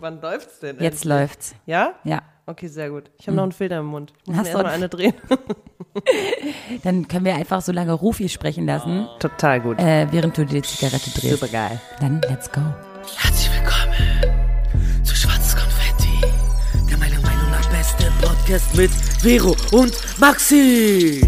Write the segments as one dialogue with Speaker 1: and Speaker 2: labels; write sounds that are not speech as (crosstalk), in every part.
Speaker 1: Wann läuft's denn?
Speaker 2: Jetzt läuft's.
Speaker 1: Ja?
Speaker 2: Ja.
Speaker 1: Okay, sehr gut. Ich habe noch einen Filter im Mund. Ich muss
Speaker 2: Hast
Speaker 1: mir erst
Speaker 2: du
Speaker 1: noch
Speaker 2: einen-
Speaker 1: eine drehen.
Speaker 2: (laughs) Dann können wir einfach so lange Rufi sprechen lassen,
Speaker 1: Total gut.
Speaker 2: äh, während du die Zigarette drehst.
Speaker 1: geil.
Speaker 2: Dann let's go.
Speaker 3: Herzlich willkommen zu Schwarzes Konfetti, der meiner Meinung nach beste Podcast mit Vero und Maxi.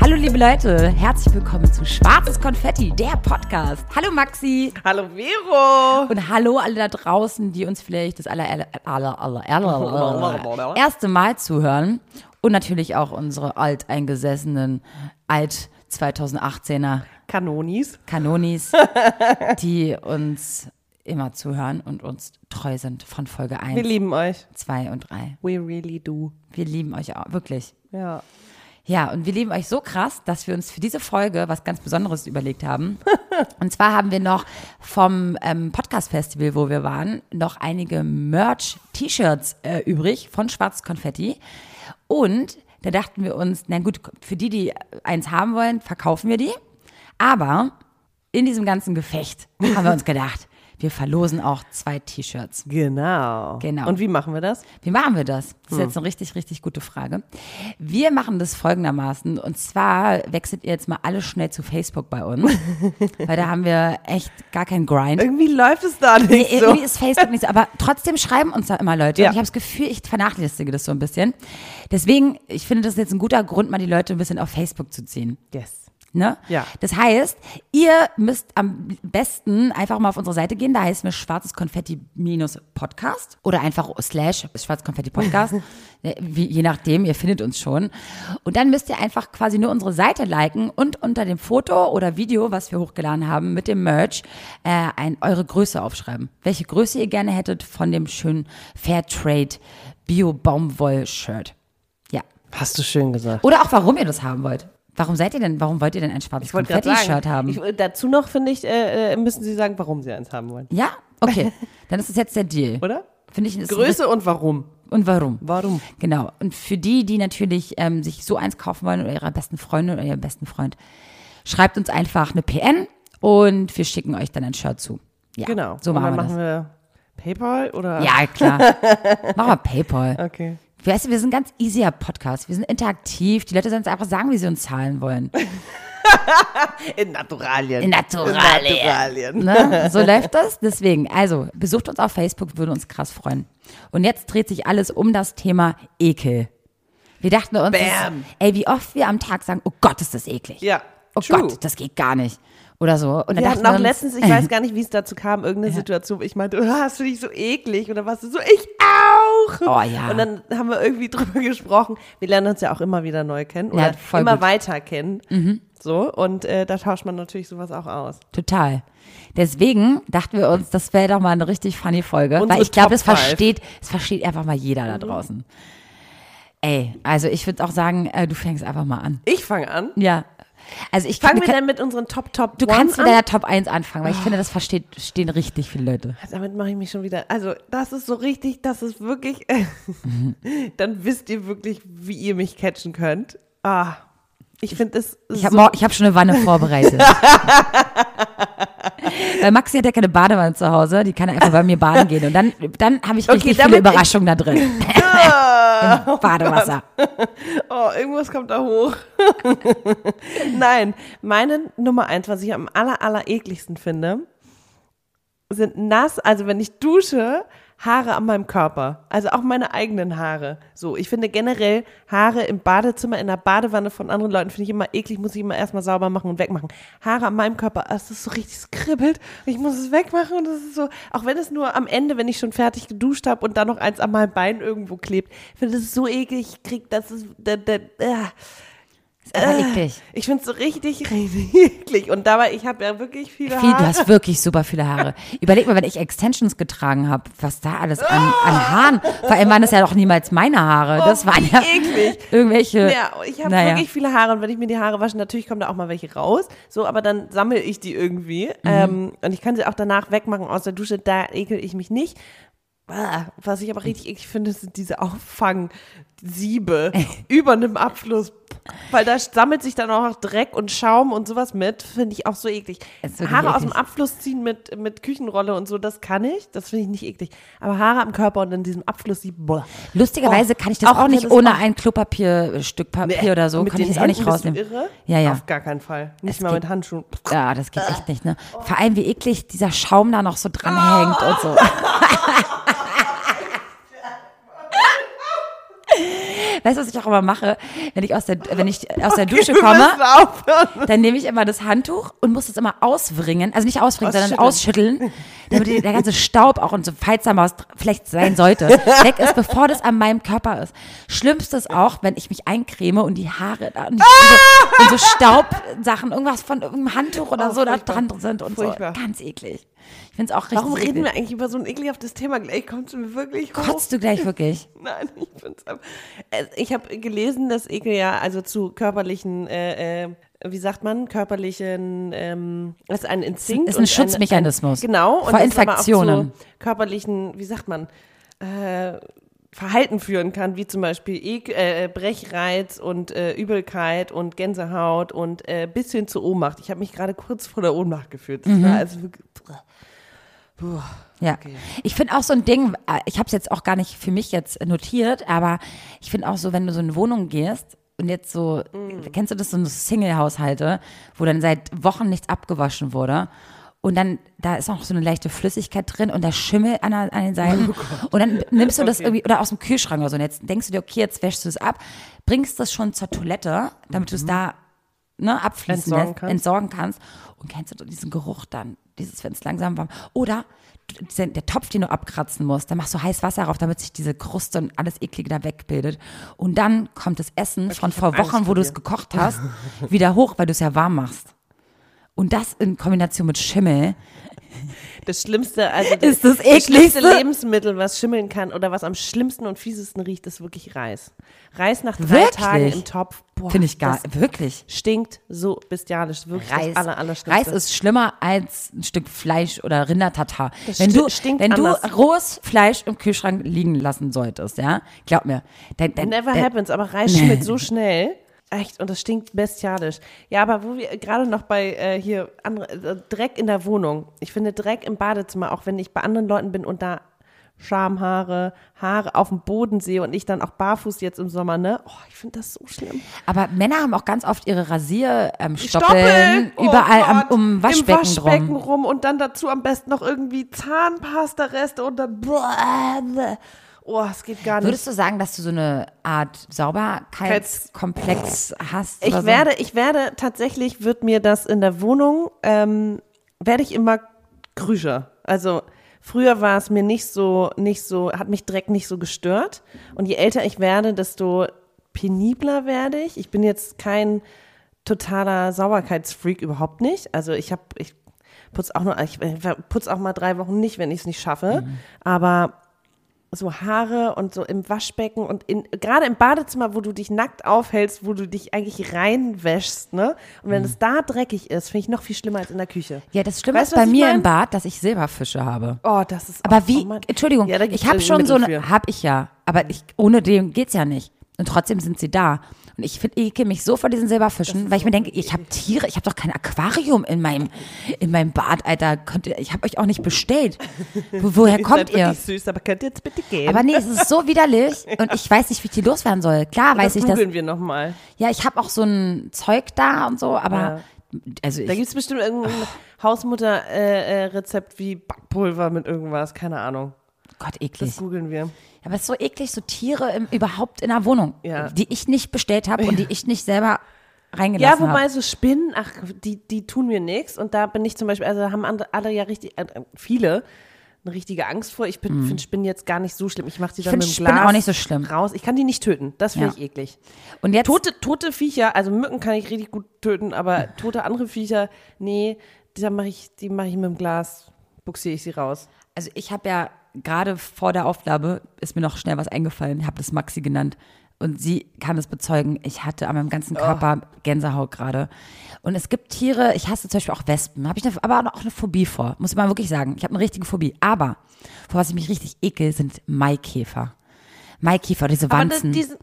Speaker 2: Hallo liebe Leute, herzlich willkommen zu Schwarzes Konfetti, der Podcast. Hallo Maxi
Speaker 1: Hallo Vero.
Speaker 2: und hallo alle da draußen, die uns vielleicht das aller, aller, aller, aller, aller, aller erste Mal zuhören und natürlich auch unsere alteingesessenen alt 2018er
Speaker 1: Kanonis.
Speaker 2: (laughs) Kanonis, die uns immer zuhören und uns treu sind von Folge
Speaker 1: Wir
Speaker 2: 1,
Speaker 1: lieben euch.
Speaker 2: 2 und 3.
Speaker 1: We really do.
Speaker 2: Wir lieben euch auch, wirklich.
Speaker 1: Ja.
Speaker 2: Ja, und wir lieben euch so krass, dass wir uns für diese Folge was ganz Besonderes überlegt haben. und zwar haben wir noch vom ähm, Podcast-Festival, wo wir waren, noch einige Merch-T-Shirts äh, übrig von Schwarz Konfetti. Und da dachten wir uns, na gut, für die, die eins haben wollen, verkaufen wir die. Aber in diesem ganzen Gefecht haben wir uns gedacht, wir verlosen auch zwei T-Shirts.
Speaker 1: Genau.
Speaker 2: Genau.
Speaker 1: Und wie machen wir das?
Speaker 2: Wie machen wir das?
Speaker 1: Hm.
Speaker 2: Das ist jetzt eine richtig, richtig gute Frage. Wir machen das folgendermaßen. Und zwar wechselt ihr jetzt mal alle schnell zu Facebook
Speaker 1: (laughs)
Speaker 2: bei uns. weil da haben wir echt gar keinen Grind.
Speaker 1: Irgendwie läuft es da nicht
Speaker 2: Nee,
Speaker 1: so.
Speaker 2: Irgendwie ist Facebook nicht so, aber trotzdem schreiben uns da immer Leute.
Speaker 1: Ja.
Speaker 2: Und ich habe das Gefühl, ich vernachlässige das so ein bisschen. Deswegen, ich finde, das ist jetzt ein guter Grund, mal die Leute ein bisschen auf Facebook zu ziehen.
Speaker 1: Yes.
Speaker 2: Ne?
Speaker 1: Ja.
Speaker 2: Das heißt, ihr müsst am besten einfach mal auf unsere Seite gehen. Da heißt mir schwarzes Konfetti-Podcast oder einfach slash
Speaker 1: (laughs)
Speaker 2: schwarzes Konfetti-Podcast. Ja, wie- Je nachdem, ihr findet uns schon. Und dann müsst ihr einfach quasi nur unsere Seite liken und unter dem Foto oder Video, was wir hochgeladen haben, mit dem Merch, äh, ein, eure Größe aufschreiben. Welche Größe ihr gerne hättet von dem schönen Fairtrade Bio-Baumwoll-Shirt. Ja.
Speaker 1: Hast du schön gesagt.
Speaker 2: Oder auch warum ihr das haben wollt. Warum seid ihr denn, warum wollt ihr denn ein schwarzes
Speaker 1: Ich wollte gerade
Speaker 2: Konfetti-Shirt
Speaker 1: sagen.
Speaker 2: haben?
Speaker 1: Ich, dazu noch, finde ich, äh, äh, müssen sie sagen, warum sie eins haben wollen.
Speaker 2: ja?
Speaker 1: (laughs)
Speaker 2: Okay. Dann ist es jetzt der Deal.
Speaker 1: Oder?
Speaker 2: Finde ich ist
Speaker 1: Größe und warum.
Speaker 2: und warum.
Speaker 1: Warum?
Speaker 2: Genau. Und für die, die natürlich ähm, sich so eins kaufen wollen oder ihrer besten Freundin oder ihrem besten Freund, schreibt uns einfach eine PN und wir schicken euch dann ein Shirt zu. Ja,
Speaker 1: Genau.
Speaker 2: So
Speaker 1: und
Speaker 2: machen
Speaker 1: dann
Speaker 2: wir das.
Speaker 1: machen wir PayPal oder?
Speaker 2: ja,
Speaker 1: (laughs)
Speaker 2: klar. Machen wir PayPal.
Speaker 1: Okay.
Speaker 2: Weißt du, wir sind ein ganz easier Podcast. Wir sind interaktiv. Die Leute sollen uns einfach sagen, wie sie uns
Speaker 1: (laughs)
Speaker 2: zahlen wollen.
Speaker 1: In Naturalien.
Speaker 2: In Naturalien.
Speaker 1: In Naturalien.
Speaker 2: Ne? So läuft das. Deswegen, also besucht uns auf Facebook, würde uns krass freuen. Und jetzt dreht sich alles um das Thema Ekel. Wir dachten uns,
Speaker 1: Bam.
Speaker 2: das- ey, wie oft wir am Tag sagen, oh Gott, ist das eklig.
Speaker 1: Ja.
Speaker 2: Oh
Speaker 1: True.
Speaker 2: Gott, das geht gar nicht. Oder so. Und dann
Speaker 1: Wir
Speaker 2: dachten
Speaker 1: hatten auch
Speaker 2: uns,
Speaker 1: letztens, ich weiß gar nicht, wie es dazu kam, irgendeine Situation, wo ich meinte, (laughs) oh, hast du dich so eklig? Oder warst du so, ich auch?
Speaker 2: Oh ja.
Speaker 1: Und dann haben wir irgendwie (laughs) drüber gesprochen. Wir lernen uns ja auch immer wieder neu kennen
Speaker 2: Ja,
Speaker 1: oder
Speaker 2: voll
Speaker 1: immer
Speaker 2: gut. Mhm.
Speaker 1: weiter kennen. So, und äh, da tauscht man natürlich sowas auch aus.
Speaker 2: (laughs) Total. Deswegen dachten wir uns, das wäre doch mal eine richtig funny Folge,
Speaker 1: Unsere
Speaker 2: weil ich glaube,
Speaker 1: Top
Speaker 2: das
Speaker 1: five. Mhm.
Speaker 2: versteht, das versteht einfach mal jeder da draußen. Ey, also ich würde auch sagen, äh, du fängst einfach mal an.
Speaker 1: Ich fange an.
Speaker 2: Ja. Also ich
Speaker 1: Fangen wir
Speaker 2: kann-
Speaker 1: dann mit unseren Top Top
Speaker 2: Du
Speaker 1: Ones
Speaker 2: kannst mit
Speaker 1: an.
Speaker 2: deiner Top 1 anfangen, weil ich finde, das versteht, stehen richtig viele Leute.
Speaker 1: Damit mache ich mich schon wieder. Also, das ist so richtig, das ist wirklich. (laughs)
Speaker 2: Mhm.
Speaker 1: dann wisst ihr wirklich, wie ihr mich catchen könnt. Ah, ich finde es
Speaker 2: Ich habe
Speaker 1: so
Speaker 2: hab schon eine Wanne vorbereitet.
Speaker 1: (laughs)
Speaker 2: Weil Maxi hat ja keine Badewanne zu Hause, die kann einfach bei mir baden gehen. Und dann, dann habe ich
Speaker 1: Okay,
Speaker 2: richtig
Speaker 1: damit
Speaker 2: viele
Speaker 1: ich-
Speaker 2: Überraschungen da drin.
Speaker 1: (laughs)
Speaker 2: Im Badewasser.
Speaker 1: Oh, irgendwas kommt da hoch. (laughs) Nein, meine Nummer eins, was ich am aller, aller ekligsten finde, sind nass, also wenn ich dusche, Haare an meinem Körper. Also auch meine eigenen Haare. So, ich finde generell Haare im Badezimmer, in der Badewanne von anderen Leuten finde ich immer eklig, muss ich immer erstmal sauber machen und wegmachen. Haare an meinem Körper, es ist so richtig es kribbelt. Ich muss es wegmachen und es ist so, auch wenn es nur am Ende, wenn ich schon fertig geduscht habe und dann noch eins an meinem Bein irgendwo klebt. Ich finde das so eklig, ich krieg das ist, da, da, ah.
Speaker 2: Ist aber eklig.
Speaker 1: Ich finde es so richtig, richtig (laughs) eklig. Und dabei, ich habe ja wirklich viele
Speaker 2: Viel,
Speaker 1: Haare.
Speaker 2: du hast wirklich super viele Haare. Überleg mal, wenn ich Extensions getragen habe, was da alles an, an Haaren. Vor allem waren das ja doch niemals meine Haare.
Speaker 1: Oh,
Speaker 2: Das waren
Speaker 1: wie
Speaker 2: ja
Speaker 1: eklig.
Speaker 2: irgendwelche.
Speaker 1: Ja, ich habe
Speaker 2: naja.
Speaker 1: wirklich viele Haare und wenn ich mir die Haare wasche, natürlich kommen da auch mal welche raus. So, aber dann sammle ich die irgendwie. Ähm, und ich kann sie auch danach wegmachen aus der Dusche, da ekel ich mich nicht. Ah, Was ich aber richtig eklig finde, sind diese Auffangsiebe über einem Abfluss. Weil da sammelt sich dann auch noch Dreck und Schaum und sowas mit, finde ich auch so eklig.
Speaker 2: Ist wirklich
Speaker 1: Haare aus dem
Speaker 2: eklig.
Speaker 1: Abfluss ziehen mit, mit Küchenrolle und so, das kann ich, das finde ich nicht eklig. Aber Haare am Körper und in diesem Abflusssieb, boah.
Speaker 2: Lustigerweise kann ich das
Speaker 1: Oh, Auch
Speaker 2: auch,
Speaker 1: wenn
Speaker 2: nicht
Speaker 1: das
Speaker 2: ohne
Speaker 1: auch-
Speaker 2: ein Klopapierstück Papier
Speaker 1: Nee,
Speaker 2: oder so,
Speaker 1: mit
Speaker 2: kann ich
Speaker 1: den
Speaker 2: das auch nicht
Speaker 1: Händen bist du
Speaker 2: rausnehmen.
Speaker 1: Irre?
Speaker 2: Ja, ja.
Speaker 1: Auf gar keinen Fall. Nicht
Speaker 2: Es
Speaker 1: mal
Speaker 2: geht-
Speaker 1: mit (laughs) Handschuhen.
Speaker 2: Ja, das
Speaker 1: Ah.
Speaker 2: geht echt nicht, ne? Vor allem, wie eklig dieser Schaum da noch so dran hängt und so. (laughs) Weißt du, was ich auch immer mache? Wenn ich aus der, wenn ich aus der Dusche
Speaker 1: Wir
Speaker 2: komme,
Speaker 1: müssen aufhören.
Speaker 2: dann nehme ich immer das Handtuch und muss es immer auswringen. Also nicht auswringen, sondern ausschütteln,
Speaker 1: (laughs)
Speaker 2: damit die- der ganze Staub auch und so Feizermaus vielleicht sein sollte, weg ist, bevor das an meinem Körper ist. Schlimmste ist auch, wenn ich mich eincreme und die Haare da und, die, und so Staubsachen, irgendwas von irgendeinem Handtuch oder
Speaker 1: Ah! Oh,
Speaker 2: so da
Speaker 1: furchtbar.
Speaker 2: dran sind und
Speaker 1: Furchtbar.
Speaker 2: so. Ganz eklig. Ich finde es auch richtig
Speaker 1: Warum
Speaker 2: eklig.
Speaker 1: reden wir eigentlich über so ein ekelhaftes Thema? Gleich kommt es wirklich hoch.
Speaker 2: Kotzt du gleich wirklich?
Speaker 1: (laughs) Nein, ich find's ab. Äh, Ich habe gelesen, dass Ekel ja also zu körperlichen, äh, äh, wie sagt man, körperlichen, ähm, das ist ein Instinkt.
Speaker 2: Ist ein
Speaker 1: und
Speaker 2: Schutzmechanismus.
Speaker 1: Ein, genau. und
Speaker 2: Vor
Speaker 1: das aber auch
Speaker 2: Infektionen.
Speaker 1: zu körperlichen, wie sagt man, äh, Verhalten führen kann, wie zum Beispiel Ekel, äh, Brechreiz und äh, Übelkeit und Gänsehaut und äh, bis hin zu Ohnmacht. Ich habe mich gerade kurz vor der Ohnmacht gefühlt.
Speaker 2: Mhm.
Speaker 1: Das war also wirklich,
Speaker 2: Ja. Ich finde auch so ein Ding, äh, ich habe es jetzt auch gar nicht für mich jetzt notiert, aber ich finde auch so, wenn du so in Wohnung gehst und jetzt so,
Speaker 1: Mm.
Speaker 2: kennst du das so Single-Haushalte, wo dann seit Wochen nichts abgewaschen wurde? Und dann, da ist auch so eine leichte Flüssigkeit drin und der Schimmel an, der, an den
Speaker 1: (laughs) Oh
Speaker 2: Seiten. und dann nimmst du das irgendwie, oder aus dem Kühlschrank oder so. Und jetzt denkst du dir, okay, jetzt wäschst du es ab, bringst das schon zur Toilette, damit du es da ne, abfließen
Speaker 1: Mhm. Entsorgen
Speaker 2: lässt,
Speaker 1: kannst.
Speaker 2: entsorgen kannst. Und kennst du diesen Geruch dann, dieses, wenn es langsam warm Oder du- dieser- der Topf, den du abkratzen musst, da machst du heiß Wasser drauf, damit sich diese Kruste und alles Eklige da wegbildet. Und dann kommt das Essen von vor
Speaker 1: Angst
Speaker 2: Wochen,
Speaker 1: vor
Speaker 2: wo du es
Speaker 1: dir.
Speaker 2: gekocht hast, wieder hoch, weil du es ja warm machst. Und das in Kombination mit Schimmel.
Speaker 1: Das schlimmste, also
Speaker 2: Ist das
Speaker 1: schlimmste
Speaker 2: ekligste?
Speaker 1: Lebensmittel, was schimmeln kann oder was am schlimmsten und fiesesten riecht, ist wirklich Reis. Reis nach drei
Speaker 2: Wirklich?
Speaker 1: Tagen im Topf, boah,
Speaker 2: Finde ich gar,
Speaker 1: das
Speaker 2: wirklich.
Speaker 1: stinkt so bestialisch, wirklich
Speaker 2: Reis.
Speaker 1: das aller, aller
Speaker 2: Reis ist schlimmer als ein Stück Fleisch oder Rindertatar.
Speaker 1: Das
Speaker 2: Wenn
Speaker 1: sti-
Speaker 2: du,
Speaker 1: stinkt
Speaker 2: wenn du
Speaker 1: anders.
Speaker 2: rohes Fleisch im Kühlschrank liegen lassen solltest, ja, glaub mir. Dann, dann,
Speaker 1: Never
Speaker 2: dann,
Speaker 1: happens, aber Reis
Speaker 2: (laughs)
Speaker 1: schimmelt so schnell. Echt, und das stinkt bestialisch. Ja, aber wo wir gerade noch bei äh, hier andere, äh, Dreck in der Wohnung. Ich finde Dreck im Badezimmer, auch wenn ich bei anderen Leuten bin und da Schamhaare, Haare auf dem Boden sehe und ich dann auch barfuß jetzt im Sommer, ne? Oh, ich finde das so schlimm.
Speaker 2: Aber Männer haben auch ganz oft ihre Rasierstoppeln ähm,
Speaker 1: Stoppeln Oh
Speaker 2: Stoppeln, überall am, um
Speaker 1: Im
Speaker 2: Waschbecken,
Speaker 1: Waschbecken rum.
Speaker 2: rum.
Speaker 1: und dann dazu am besten noch irgendwie Zahnpasta-Reste und dann. Oh, es geht gar nicht.
Speaker 2: Würdest du sagen, dass du so eine Art Sauberkeitskomplex hast? oder
Speaker 1: Ich
Speaker 2: so?
Speaker 1: werde, ich werde tatsächlich, wird mir das in der Wohnung, ähm, werde ich immer grüscher. Also früher war es mir nicht so, nicht so, hat mich Dreck nicht so gestört. Und je älter ich werde, desto penibler werde ich. Ich bin jetzt kein totaler Sauberkeitsfreak überhaupt nicht. Also ich habe, ich putz auch nur, ich putz auch mal drei Wochen nicht, wenn ich es nicht schaffe. Aber so Haare und so im Waschbecken und in, gerade im Badezimmer, wo du dich nackt aufhältst, wo du dich eigentlich reinwäschst, ne? Und wenn es da dreckig ist, finde ich noch viel schlimmer als in der Küche.
Speaker 2: Mhm. Ja, das Schlimme
Speaker 1: Weißt du,
Speaker 2: ist bei
Speaker 1: was ich
Speaker 2: mir
Speaker 1: mein?
Speaker 2: im Bad, dass ich Silberfische habe.
Speaker 1: Oh, das ist
Speaker 2: Aber
Speaker 1: auch-
Speaker 2: wie,
Speaker 1: oh Mann.
Speaker 2: Entschuldigung,
Speaker 1: Ja, da gibt's
Speaker 2: ich habe
Speaker 1: irgendwie
Speaker 2: schon so
Speaker 1: Mittel
Speaker 2: eine,
Speaker 1: für.
Speaker 2: habe ich ja, aber ich, ohne dem geht's ja nicht. Und trotzdem sind sie da. Und ich find, ekel mich so vor diesen Silberfischen, weil ich mir denke, ich habe Tiere, ich habe doch kein Aquarium in meinem, in meinem Bad, Alter. Könnt ihr, ich habe euch auch
Speaker 1: (laughs)
Speaker 2: nicht bestellt. Wo, woher
Speaker 1: Ihr
Speaker 2: kommt
Speaker 1: seid
Speaker 2: ihr?
Speaker 1: wirklich süß, aber könnt ihr jetzt bitte gehen?
Speaker 2: Aber nee, es ist
Speaker 1: (laughs)
Speaker 2: so widerlich und ich weiß nicht, wie ich die loswerden soll. Klar
Speaker 1: das
Speaker 2: weiß ich das.
Speaker 1: googeln wir nochmal.
Speaker 2: Ja, ich habe auch so ein Zeug da und so, aber also
Speaker 1: Da
Speaker 2: ich,
Speaker 1: gibt es bestimmt irgendein Hausmutter-Rezept äh, Rezept wie Backpulver mit irgendwas, keine Ahnung.
Speaker 2: Gott
Speaker 1: Das
Speaker 2: eklig.
Speaker 1: googeln wir.
Speaker 2: Aber es ist so eklig, so Tiere im, überhaupt in der Wohnung,
Speaker 1: Ja.
Speaker 2: die ich nicht bestellt habe und die ich nicht selber
Speaker 1: Ja,
Speaker 2: reingelassen
Speaker 1: wobei
Speaker 2: habe.
Speaker 1: so Spinnen, ach, die, die tun mir nichts. Und da bin ich zum Beispiel, also da haben andere, alle ja richtig, äh, viele eine richtige Angst vor. Ich bin finde Spinnen jetzt gar nicht so schlimm. Ich mache die dann
Speaker 2: Mhm.
Speaker 1: mit
Speaker 2: find
Speaker 1: dem
Speaker 2: Spinnen
Speaker 1: Glas
Speaker 2: auch nicht so schlimm.
Speaker 1: raus. Ich kann die nicht töten. Das finde
Speaker 2: Ja.
Speaker 1: ich eklig.
Speaker 2: Und jetzt
Speaker 1: Tote, tote Viecher, also Mücken kann ich richtig gut töten, aber tote andere Viecher, nee, die mache ich, die mache ich mit dem Glas, buxiere ich sie raus.
Speaker 2: Also ich habe ja gerade vor der Aufnahme ist mir noch schnell was eingefallen, habe das Maxi genannt. Und sie kann es bezeugen, ich hatte an meinem
Speaker 1: Oh.
Speaker 2: ganzen Körper Gänsehaut gerade. Und es gibt Tiere, ich hasse zum Beispiel auch Wespen, habe ich eine, aber auch eine Phobie vor, muss man wirklich sagen. Ich habe eine richtige Phobie. Aber vor was ich mich richtig ekel, sind Maikäfer. Maikäfer, diese
Speaker 1: Aber das,
Speaker 2: Wanzen.
Speaker 1: diesen,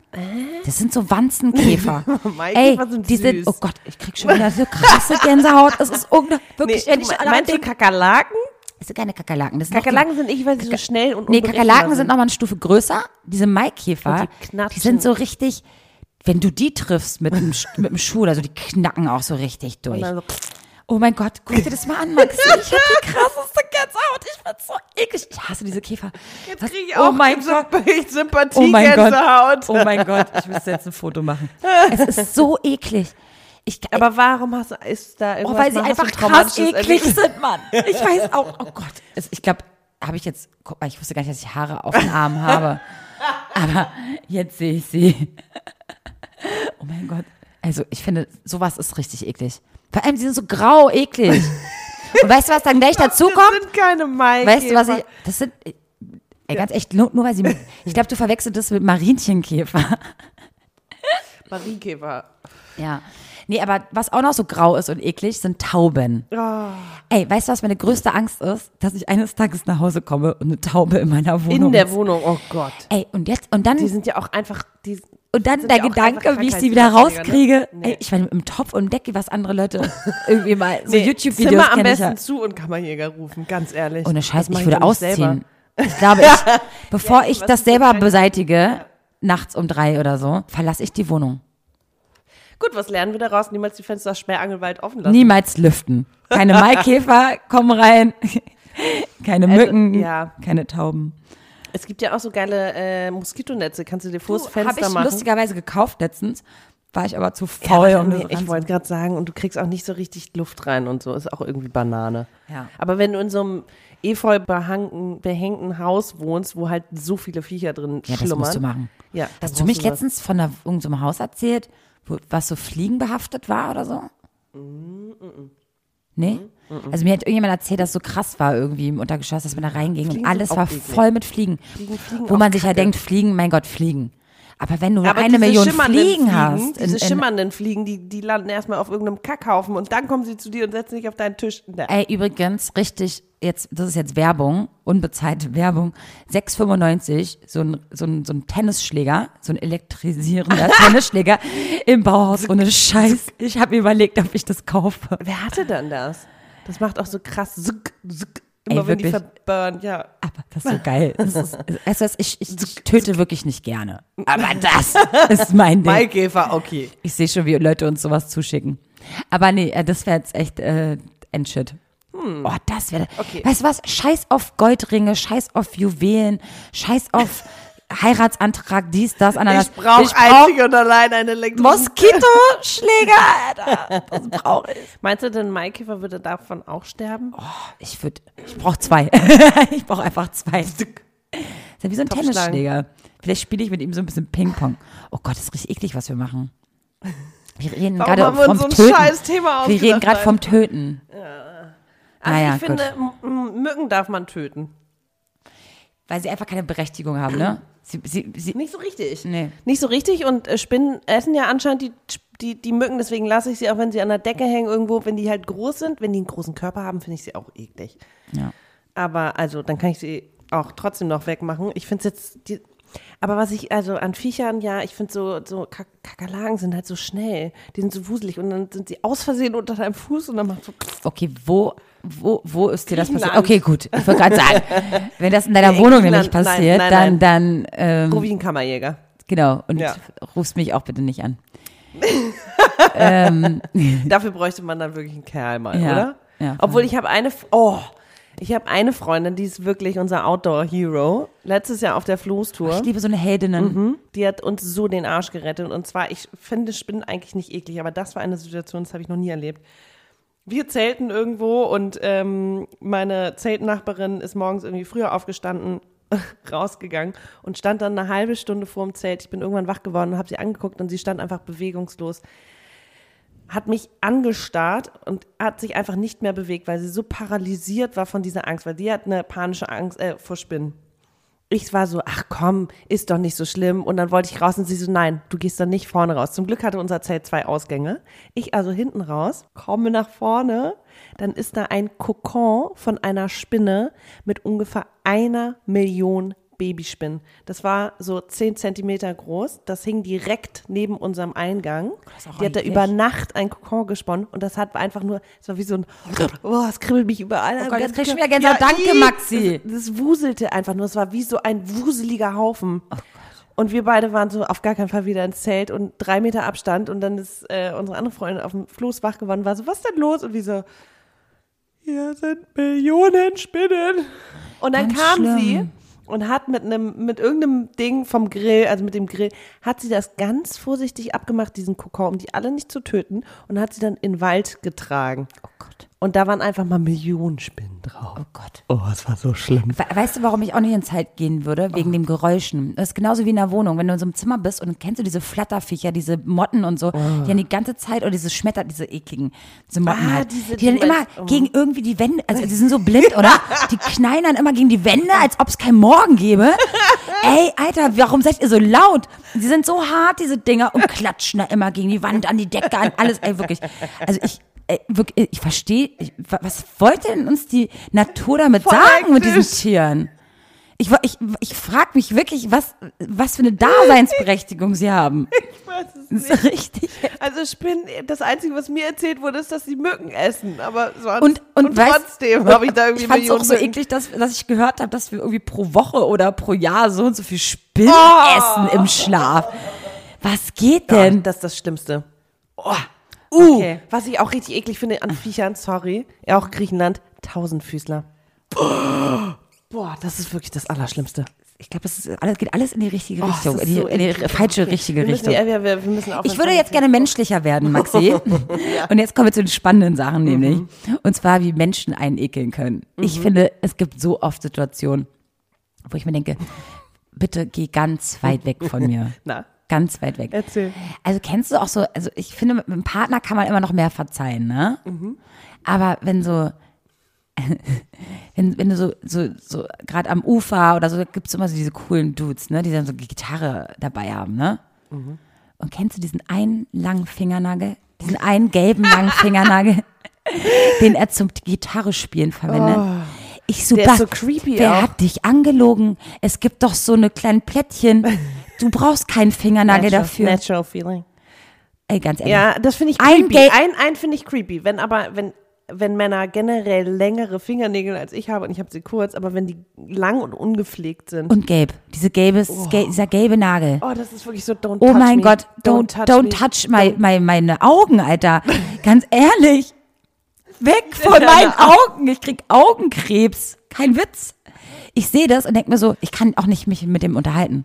Speaker 2: Das sind so Wanzenkäfer.
Speaker 1: (laughs) Maikäfer
Speaker 2: Ey,
Speaker 1: sind
Speaker 2: die
Speaker 1: süß.
Speaker 2: sind, oh Gott, ich
Speaker 1: (laughs)
Speaker 2: krieg schon wieder so krasse Gänsehaut. Das ist unglaublich.
Speaker 1: nee,
Speaker 2: Wirklich, wenn
Speaker 1: du,
Speaker 2: ich
Speaker 1: me-
Speaker 2: daran
Speaker 1: meinst du
Speaker 2: denk-
Speaker 1: Kakerlaken?
Speaker 2: das sind keine Kakerlaken. Das sind noch
Speaker 1: Kakerlaken sind ich, weil sie so schnell und
Speaker 2: Nee,
Speaker 1: unberechenbar
Speaker 2: Kakerlaken sind nochmal eine Stufe größer. Diese Maikäfer,
Speaker 1: Und die knatschen.
Speaker 2: die sind so richtig, wenn du die triffst mit dem, Sch- mit dem Schuh oder so, die knacken auch so richtig durch.
Speaker 1: Und dann so-
Speaker 2: Oh mein Gott, guck dir das mal an, Maxi. Ich hab
Speaker 1: (laughs)
Speaker 2: die krasseste Gänsehaut. Ich bin so eklig. Ich hasse diese Käfer.
Speaker 1: Jetzt
Speaker 2: Was-
Speaker 1: krieg (laughs) ich auch
Speaker 2: oh mein Gott.
Speaker 1: Sympathie
Speaker 2: Oh mein
Speaker 1: Gänsehaut.
Speaker 2: Gott. Oh mein Gott. Ich müsste jetzt ein Foto machen. Es ist so eklig. Ich,
Speaker 1: Aber warum hast du, ist da
Speaker 2: Oh,
Speaker 1: irgendwas?
Speaker 2: weil sie
Speaker 1: hast du
Speaker 2: einfach
Speaker 1: ein
Speaker 2: krass
Speaker 1: traumatisches
Speaker 2: eklig
Speaker 1: Erlebnis?
Speaker 2: sind, Mann. Ich weiß auch, oh Gott. Es- ich glaube, habe ich jetzt, guck mal, ich wusste gar nicht, dass ich Haare auf den Armen (laughs) habe. Aber jetzt sehe ich sie. Oh mein Gott. Also ich finde, sowas ist richtig eklig. Vor allem, sie sind so grau, eklig. Und weißt du, was dann gleich dazu kommt?
Speaker 1: Das sind keine Maikäfer.
Speaker 2: Weißt du, was ich. Das sind. äh, Ey, ganz echt, nur, nur weil sie. Ich glaube, du verwechselst das mit Marienchenkäfer.
Speaker 1: Marienkäfer.
Speaker 2: Ja. Nee, aber was auch noch so grau ist und eklig, sind Tauben. Ey, weißt du, was meine größte Angst ist? Dass ich eines Tages nach Hause komme und eine Taube in meiner Wohnung
Speaker 1: In der
Speaker 2: ist.
Speaker 1: Wohnung, oh Gott.
Speaker 2: Ey, und jetzt, und dann,
Speaker 1: Die sind ja auch einfach, die,
Speaker 2: und dann
Speaker 1: sind
Speaker 2: der
Speaker 1: ja auch
Speaker 2: Gedanke,
Speaker 1: einfach
Speaker 2: wie ich sie wieder
Speaker 1: Krankheitserreger,
Speaker 2: rauskriege.
Speaker 1: ne? Nee.
Speaker 2: Ey, ich meine, im Topf und Decke, was
Speaker 1: (laughs)
Speaker 2: andere Leute irgendwie mal, so
Speaker 1: Nee,
Speaker 2: YouTube-Videos
Speaker 1: Zimmer am
Speaker 2: kenne ich
Speaker 1: besten
Speaker 2: ja.
Speaker 1: zu und Kammerjäger rufen, ganz ehrlich.
Speaker 2: Ohne Scheiß,
Speaker 1: Das mach
Speaker 2: Oh, ne ich würde
Speaker 1: doch nicht
Speaker 2: ausziehen.
Speaker 1: selber. (laughs)
Speaker 2: Ich glaube, ich, bevor
Speaker 1: eben,
Speaker 2: ich
Speaker 1: was
Speaker 2: das
Speaker 1: ist denn
Speaker 2: selber
Speaker 1: dein-
Speaker 2: beseitige, nachts um drei oder so, verlasse ich die Wohnung.
Speaker 1: Gut, was lernen wir daraus? Niemals die Fenster sperrangelweit offen lassen.
Speaker 2: Niemals lüften.
Speaker 1: (laughs)
Speaker 2: Keine Maikäfer kommen rein. (laughs) Keine
Speaker 1: Also,
Speaker 2: Mücken,
Speaker 1: ja.
Speaker 2: keine Tauben.
Speaker 1: Es gibt ja auch so geile äh, Moskitonetze. Kannst du dir vors
Speaker 2: Habe
Speaker 1: Fenster
Speaker 2: ich
Speaker 1: machen?
Speaker 2: lustigerweise gekauft letztens, war ich aber zu
Speaker 1: Ja, aber
Speaker 2: faul. um
Speaker 1: nee,
Speaker 2: das
Speaker 1: ich
Speaker 2: ranzu-
Speaker 1: wollte gerade sagen, und du kriegst auch nicht so richtig Luft rein und so. Ist auch irgendwie Banane.
Speaker 2: Ja.
Speaker 1: Aber wenn du in so einem efeu behangten- behängten Haus wohnst, wo halt so viele Viecher drin
Speaker 2: ja, das
Speaker 1: schlummern.
Speaker 2: musst du machen.
Speaker 1: Ja, da
Speaker 2: Hast du mich
Speaker 1: brauchst das.
Speaker 2: letztens von einer, irgendeinem Haus erzählt, wo, was so fliegenbehaftet war oder so?
Speaker 1: Mm,
Speaker 2: Nee? Also mir hat irgendjemand erzählt, dass es so krass war irgendwie im Untergeschoss, dass man da reinging
Speaker 1: Fliegen
Speaker 2: und alles
Speaker 1: sind
Speaker 2: war
Speaker 1: auch eklig.
Speaker 2: voll mit Fliegen.
Speaker 1: fliegen
Speaker 2: wo
Speaker 1: auch
Speaker 2: man sich ja
Speaker 1: Kacke.
Speaker 2: denkt, Fliegen, mein Gott, Fliegen. Aber wenn du
Speaker 1: Aber
Speaker 2: eine
Speaker 1: diese
Speaker 2: Million
Speaker 1: schimmernden
Speaker 2: Fliegen, hast,
Speaker 1: diese
Speaker 2: in, in,
Speaker 1: schimmernden Fliegen, die, die landen erstmal auf irgendeinem Kackhaufen und dann kommen sie zu dir und setzen dich auf deinen Tisch. Na,
Speaker 2: Ey, übrigens, richtig, jetzt, das ist jetzt Werbung, unbezahlte (laughs) Werbung. 6,95, so ein, so ein, so ein Tennisschläger, so ein elektrisierender (laughs) Tennisschläger im Bauhaus ohne Scheiß. Ich habe überlegt, ob ich das kaufe.
Speaker 1: Wer hatte denn das? Das macht auch so krass zuck, zuck, immer
Speaker 2: Ey,
Speaker 1: wenn die
Speaker 2: wirklich?
Speaker 1: verburnt, ja.
Speaker 2: Aber das ist so geil. Das ist, weißt du was, ich, ich töte wirklich nicht (laughs) gerne. Aber das ist mein Ding.
Speaker 1: Maikäfer, okay.
Speaker 2: Ich sehe schon, wie Leute uns sowas zuschicken. Aber nee, äh, das wäre jetzt echt äh, Endshit. Oh, das wäre.
Speaker 1: Hm. Okay.
Speaker 2: Weißt du was? Scheiß auf Goldringe, scheiß auf Juwelen, scheiß
Speaker 1: (laughs)
Speaker 2: auf Heiratsantrag, dies, das, anderes.
Speaker 1: Ich brauche einzig und allein einen elektrischen
Speaker 2: Moskitoschläger, Alter. Das brauche ich.
Speaker 1: Meinst du denn, Maikäfer würde davon auch sterben?
Speaker 2: Oh, Ich würde, ich brauche zwei. (laughs) ich brauche einfach zwei. Das ist ja wie so ein
Speaker 1: Topfschlagen.
Speaker 2: Tennisschläger. Vielleicht spiele ich mit ihm so ein bisschen Ping-Pong. Oh Gott, das ist richtig eklig, was wir machen. Wir reden
Speaker 1: Warum
Speaker 2: gerade
Speaker 1: haben wir
Speaker 2: vom
Speaker 1: uns so ein
Speaker 2: Töten.
Speaker 1: scheiß Thema
Speaker 2: wir reden
Speaker 1: ausgedacht,
Speaker 2: gerade
Speaker 1: Leute?
Speaker 2: vom Töten.
Speaker 1: Also
Speaker 2: naja,
Speaker 1: ich
Speaker 2: gut.
Speaker 1: finde, M- M- Mücken darf man töten.
Speaker 2: Weil sie einfach keine Berechtigung haben, ne? Sie, sie, sie,
Speaker 1: Nicht so richtig.
Speaker 2: Nee.
Speaker 1: Nicht so richtig und äh, Spinnen essen ja anscheinend die, die, die Mücken, deswegen lasse ich sie auch, wenn sie an der Decke hängen irgendwo, wenn die halt groß sind, wenn die einen großen Körper haben, finde ich sie auch eklig.
Speaker 2: ja.
Speaker 1: Aber also, dann kann ich sie auch trotzdem noch wegmachen. Ich finde es jetzt, die, aber was ich, also an Viechern, ja, ich finde so, so Kak Kakerlaken sind halt so schnell, die sind so wuselig und dann sind sie aus Versehen unter deinem Fuß und dann macht so,
Speaker 2: Okay, wo, wo, wo ist dir das passiert?
Speaker 1: Griechenland.
Speaker 2: Okay, gut. Ich wollte gerade sagen, wenn das in deiner Wohnung nämlich
Speaker 1: Griechenland, nein,
Speaker 2: passiert,
Speaker 1: nein, nein.
Speaker 2: dann, dann, ähm,
Speaker 1: so wie ein Kammerjäger.
Speaker 2: genau. Und
Speaker 1: Ja.
Speaker 2: rufst mich auch bitte nicht an.
Speaker 1: (laughs) Dafür bräuchte man dann wirklich einen Kerl mal,
Speaker 2: Ja,
Speaker 1: oder?
Speaker 2: ja, voll.
Speaker 1: Obwohl ich habe eine, oh, ich habe eine Freundin, die ist wirklich unser Outdoor-Hero. Letztes Jahr auf der Floßtour.
Speaker 2: Ich liebe so eine Heldinnen.
Speaker 1: Mhm. Die hat uns so den Arsch gerettet. Und zwar, ich finde Spinnen eigentlich nicht eklig, aber das war eine Situation, das habe ich noch nie erlebt. Wir zelten irgendwo und ähm, meine Zeltnachbarin ist morgens irgendwie früher aufgestanden, (laughs) rausgegangen und stand dann eine halbe Stunde vorm Zelt. Ich bin irgendwann wach geworden und habe sie angeguckt und sie stand einfach bewegungslos. Hat mich angestarrt und hat sich einfach nicht mehr bewegt, weil sie so paralysiert war von dieser Angst, weil sie hat eine panische Angst äh, vor Spinnen. ich war so, ach komm, ist doch nicht so schlimm. Und dann wollte ich raus und sie so, nein, du gehst dann nicht vorne raus. Zum Glück hatte unser Zelt zwei Ausgänge. Ich also hinten raus, komme nach vorne, dann ist da ein Kokon von einer Spinne mit ungefähr einer Million Babyspinnen. Das war so zehn Zentimeter groß. Das hing direkt neben unserem Eingang.
Speaker 2: Das ist auch
Speaker 1: Die hat da
Speaker 2: riesig.
Speaker 1: über Nacht ein Kokon gesponnen und das hat einfach nur, es war wie
Speaker 2: (laughs)
Speaker 1: so ein, oh, es kribbelt mich überall.
Speaker 2: Oh
Speaker 1: am
Speaker 2: Gott,
Speaker 1: ganzen
Speaker 2: jetzt krieg ich schon
Speaker 1: Körper.
Speaker 2: wieder Gänsehaut. Danke,
Speaker 1: ih.
Speaker 2: Maxi.
Speaker 1: eh, Das, das wuselte einfach nur. Es war wie so ein wuseliger Haufen.
Speaker 2: Oh
Speaker 1: Und wir beide waren so auf gar keinen Fall wieder ins Zelt und drei Meter Abstand. Und dann ist äh, unsere andere Freundin auf dem Floß wach geworden, war so, was ist denn los? Und wir so, hier sind Millionen Spinnen. Und dann
Speaker 2: Ganz
Speaker 1: kam sie
Speaker 2: schlimm.
Speaker 1: und hat mit einem, mit irgendeinem Ding vom Grill, also mit dem Grill, hat sie das ganz vorsichtig abgemacht, diesen Kokon, um die alle nicht zu töten. Und hat sie dann in den Wald getragen.
Speaker 2: Oh Gott.
Speaker 1: Und da waren einfach mal Millionen Spinnen drauf.
Speaker 2: Oh Gott.
Speaker 1: Oh, es war so schlimm.
Speaker 2: We weißt du, warum ich auch nicht ins Halt gehen
Speaker 1: Oh
Speaker 2: würde? Wegen dem Geräuschen. Das ist genauso wie in der Wohnung. Wenn du in so einem Zimmer bist und kennst du diese Flatterviecher, diese Motten und so, die haben die ganze Zeit, oder diese Schmetter, diese ekligen, diese Motten
Speaker 1: Oh. Ah,
Speaker 2: halt,
Speaker 1: diese-
Speaker 2: die dann
Speaker 1: du
Speaker 2: immer
Speaker 1: meinst- oh.
Speaker 2: gegen irgendwie die Wände, also die sind so blind, oder? Die knallen dann immer gegen die Wände, als ob es keinen Morgen gäbe. Ey, Alter, warum seid ihr so laut? Die sind so hart, diese Dinger, und klatschen da immer gegen die Wand, an die Decke, an alles. Ey, wirklich. Also ich... ey, wirklich, Ich verstehe, ich- wa- was wollte denn uns die Natur damit sagen mit diesen
Speaker 1: hektisch.
Speaker 2: Tieren? Ich, wa- ich, ich frage mich wirklich, was, was für eine Daseinsberechtigung sie haben.
Speaker 1: Ich weiß es
Speaker 2: Das ist richtig.
Speaker 1: Also Spinnen, das Einzige, was mir erzählt wurde, ist, dass sie Mücken essen. Aber sonst,
Speaker 2: Und, und, weißt-
Speaker 1: trotzdem habe ich da irgendwie
Speaker 2: Ich fand es auch
Speaker 1: Millionen
Speaker 2: so
Speaker 1: Mücken.
Speaker 2: eklig, dass, dass ich gehört habe, dass wir irgendwie pro Woche oder pro Jahr so und so viel Spinnen essen im Schlaf. Was geht
Speaker 1: Oh! Ja,
Speaker 2: denn?
Speaker 1: das ist das Schlimmste.
Speaker 2: uh,
Speaker 1: Oh, Okay. Was ich auch richtig eklig finde an Viechern, sorry, ja, auch Griechenland, Tausendfüßler. Boah, das ist wirklich das Allerschlimmste.
Speaker 2: Ich glaube, es ist alles, geht alles in die richtige
Speaker 1: Oh,
Speaker 2: Richtung,
Speaker 1: es ist
Speaker 2: in die,
Speaker 1: so
Speaker 2: in die
Speaker 1: eklig.
Speaker 2: falsche,
Speaker 1: Okay,
Speaker 2: richtige
Speaker 1: wir müssen, ja,
Speaker 2: Richtung.
Speaker 1: wir, wir wir müssen
Speaker 2: Ich würde jetzt gerne menschlicher
Speaker 1: (laughs)
Speaker 2: werden, Maxi. Und jetzt kommen wir zu den spannenden Sachen,
Speaker 1: Mhm.
Speaker 2: nämlich. Und zwar, wie Menschen einen ekeln können. Ich finde, es gibt so oft Situationen, wo ich mir denke, bitte geh ganz weit weg von mir.
Speaker 1: (laughs) Na?
Speaker 2: Ganz weit weg.
Speaker 1: Erzähl.
Speaker 2: Also kennst du auch so, also ich finde, mit einem Partner kann man immer noch mehr verzeihen, ne? Aber wenn so, (laughs) wenn, wenn du so, so, so gerade am Ufer oder so, gibt es immer so diese coolen Dudes, ne? Die dann so die Gitarre dabei haben, ne? Und kennst du diesen einen langen Fingernagel? Diesen einen gelben langen Fingernagel, (laughs) den er zum Gitarrespielen verwendet? Ich so,
Speaker 1: Oh, Der ist
Speaker 2: Bas,
Speaker 1: so creepy
Speaker 2: Wer
Speaker 1: auch.
Speaker 2: hat dich angelogen? Es gibt doch so eine kleinen Plättchen. Du brauchst keinen Fingernagel
Speaker 1: Natural-
Speaker 2: dafür.
Speaker 1: Natural feeling.
Speaker 2: Ey, ganz ehrlich.
Speaker 1: Ja, das finde ich
Speaker 2: Ein
Speaker 1: creepy.
Speaker 2: Gay-
Speaker 1: Ein, ein finde ich creepy. Wenn aber, wenn, wenn Männer generell längere Fingernägel als ich habe und ich habe sie kurz, aber wenn die lang und ungepflegt sind.
Speaker 2: Und gelb. Diese gelbe, ge dieser gelbe Nagel.
Speaker 1: Oh, das ist wirklich so Oh. don't
Speaker 2: Oh
Speaker 1: touch
Speaker 2: mein
Speaker 1: me.
Speaker 2: Gott, don't, don't touch,
Speaker 1: me.
Speaker 2: my, my, meine
Speaker 1: (laughs)
Speaker 2: Augen, Alter. Ganz ehrlich. Weg von
Speaker 1: Ja.
Speaker 2: meinen Augen. Ich krieg Augenkrebs. Kein Witz. Ich sehe das und denke mir so, ich kann auch nicht mich mit
Speaker 1: (laughs)
Speaker 2: dem unterhalten.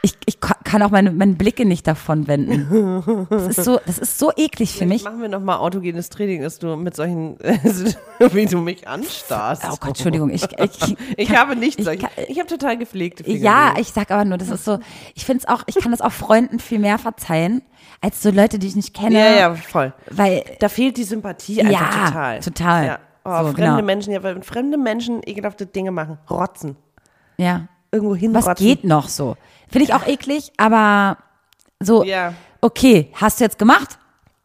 Speaker 2: Ich, ich ka- kann auch meine, meine Blicke nicht davon wenden. Das ist so, das ist so eklig für mich.
Speaker 1: Machen wir nochmal autogenes Training, dass du mit solchen, (laughs) wie du mich anstarrst.
Speaker 2: Oh Gott, Entschuldigung. Ich, ich,
Speaker 1: (laughs) Ich habe nicht
Speaker 2: ich
Speaker 1: solche.
Speaker 2: kann-
Speaker 1: Ich, habe total gepflegte Finger.
Speaker 2: Ja, ich sag aber nur, das
Speaker 1: (laughs)
Speaker 2: ist so, ich find's auch, ich kann das auch Freunden viel mehr verzeihen, als so Leute, die ich nicht kenne.
Speaker 1: ja, ja, voll.
Speaker 2: Weil,
Speaker 1: Da fehlt die Sympathie einfach
Speaker 2: Ja,
Speaker 1: total.
Speaker 2: total.
Speaker 1: Ja. Oh,
Speaker 2: So,
Speaker 1: fremde
Speaker 2: genau.
Speaker 1: Menschen, ja, wenn fremde Menschen ekelhafte Dinge machen, rotzen.
Speaker 2: ja,
Speaker 1: Irgendwo
Speaker 2: was
Speaker 1: hinrotzen.
Speaker 2: geht noch so? Finde ich auch eklig, aber so,
Speaker 1: Ja.
Speaker 2: okay, hast du jetzt gemacht?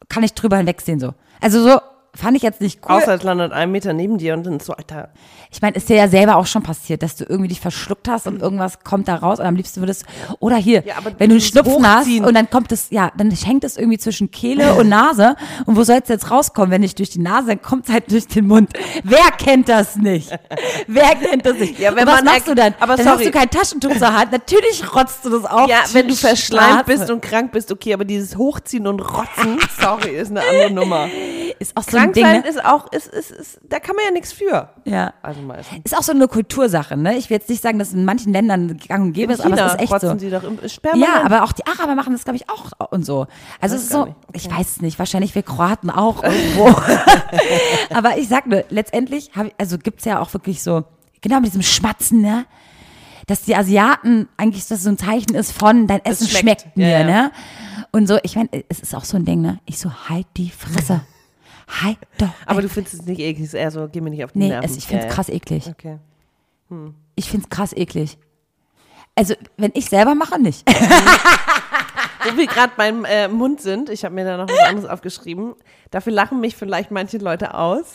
Speaker 2: Kann ich drüber hinwegsehen so. Also so, fand ich jetzt nicht cool.
Speaker 1: Außer es landet einen Meter neben dir und dann so, Alter,
Speaker 2: Ich meine, ist dir ja selber auch schon passiert, dass du irgendwie dich verschluckt hast und irgendwas kommt da raus und am liebsten würdest, oder hier,
Speaker 1: Mhm. Ja, aber
Speaker 2: wenn du einen
Speaker 1: dieses
Speaker 2: Schnupfen hast
Speaker 1: Hochziehen.
Speaker 2: und dann kommt es, ja, dann hängt es irgendwie zwischen Kehle und Nase und wo soll es jetzt rauskommen, wenn nicht durch die Nase, dann kommt es halt durch den Mund. Wer kennt das nicht? Wer kennt das nicht?
Speaker 1: Ja, wenn
Speaker 2: und was
Speaker 1: man
Speaker 2: machst du
Speaker 1: erk-
Speaker 2: dann?
Speaker 1: aber
Speaker 2: dann
Speaker 1: sorry.
Speaker 2: hast du kein Taschentuch zur Hand, natürlich rotzt du das auf.
Speaker 1: Ja, wenn du
Speaker 2: Straße.
Speaker 1: verschleimt bist und krank bist, okay, aber dieses Hochziehen und (laughs) Rotzen, sorry, ist eine andere Nummer.
Speaker 2: ist auch so ein
Speaker 1: Krank
Speaker 2: Ding,
Speaker 1: sein
Speaker 2: ne?
Speaker 1: ist auch, ist, ist, ist, da kann man ja nichts für.
Speaker 2: ja.
Speaker 1: Also meistens.
Speaker 2: Ist auch so eine Kultursache, ne? Ich will jetzt nicht sagen, dass es in manchen Ländern gang und gäbe ist, aber es ist echt so.
Speaker 1: rotzen sie doch im Sperma.
Speaker 2: Ja, aber auch die Araber machen das, glaube ich, auch und so. Also es ist
Speaker 1: gar
Speaker 2: so,
Speaker 1: nicht.
Speaker 2: ich weiß es nicht, wahrscheinlich wir Kroaten
Speaker 1: (laughs)
Speaker 2: auch irgendwo. aber ich sag nur, letztendlich, hab, ich- also gibt's ja auch wirklich so, genau mit diesem Schmatzen, ne? Dass die Asiaten eigentlich das so ein Zeichen ist von, dein Essen schmeckt,
Speaker 1: schmeckt. Ja,
Speaker 2: mir,
Speaker 1: ja.
Speaker 2: ne? Und so, ich meine, es ist auch so ein Ding, ne? Ich so, halt die Fresse. halt doch.
Speaker 1: aber
Speaker 2: ey.
Speaker 1: du findest es nicht eklig, es ist eher so, geh mir nicht auf die
Speaker 2: nee,
Speaker 1: Nerven.
Speaker 2: es, ich finde es
Speaker 1: Ja, ja.
Speaker 2: krass eklig.
Speaker 1: Okay.
Speaker 2: Ich find's krass eklig. Also, wenn ich selber mache, nicht.
Speaker 1: (laughs) Wo wir gerade beim äh, Mund sind, ich habe mir da noch was anderes aufgeschrieben. Dafür lachen mich vielleicht manche Leute aus.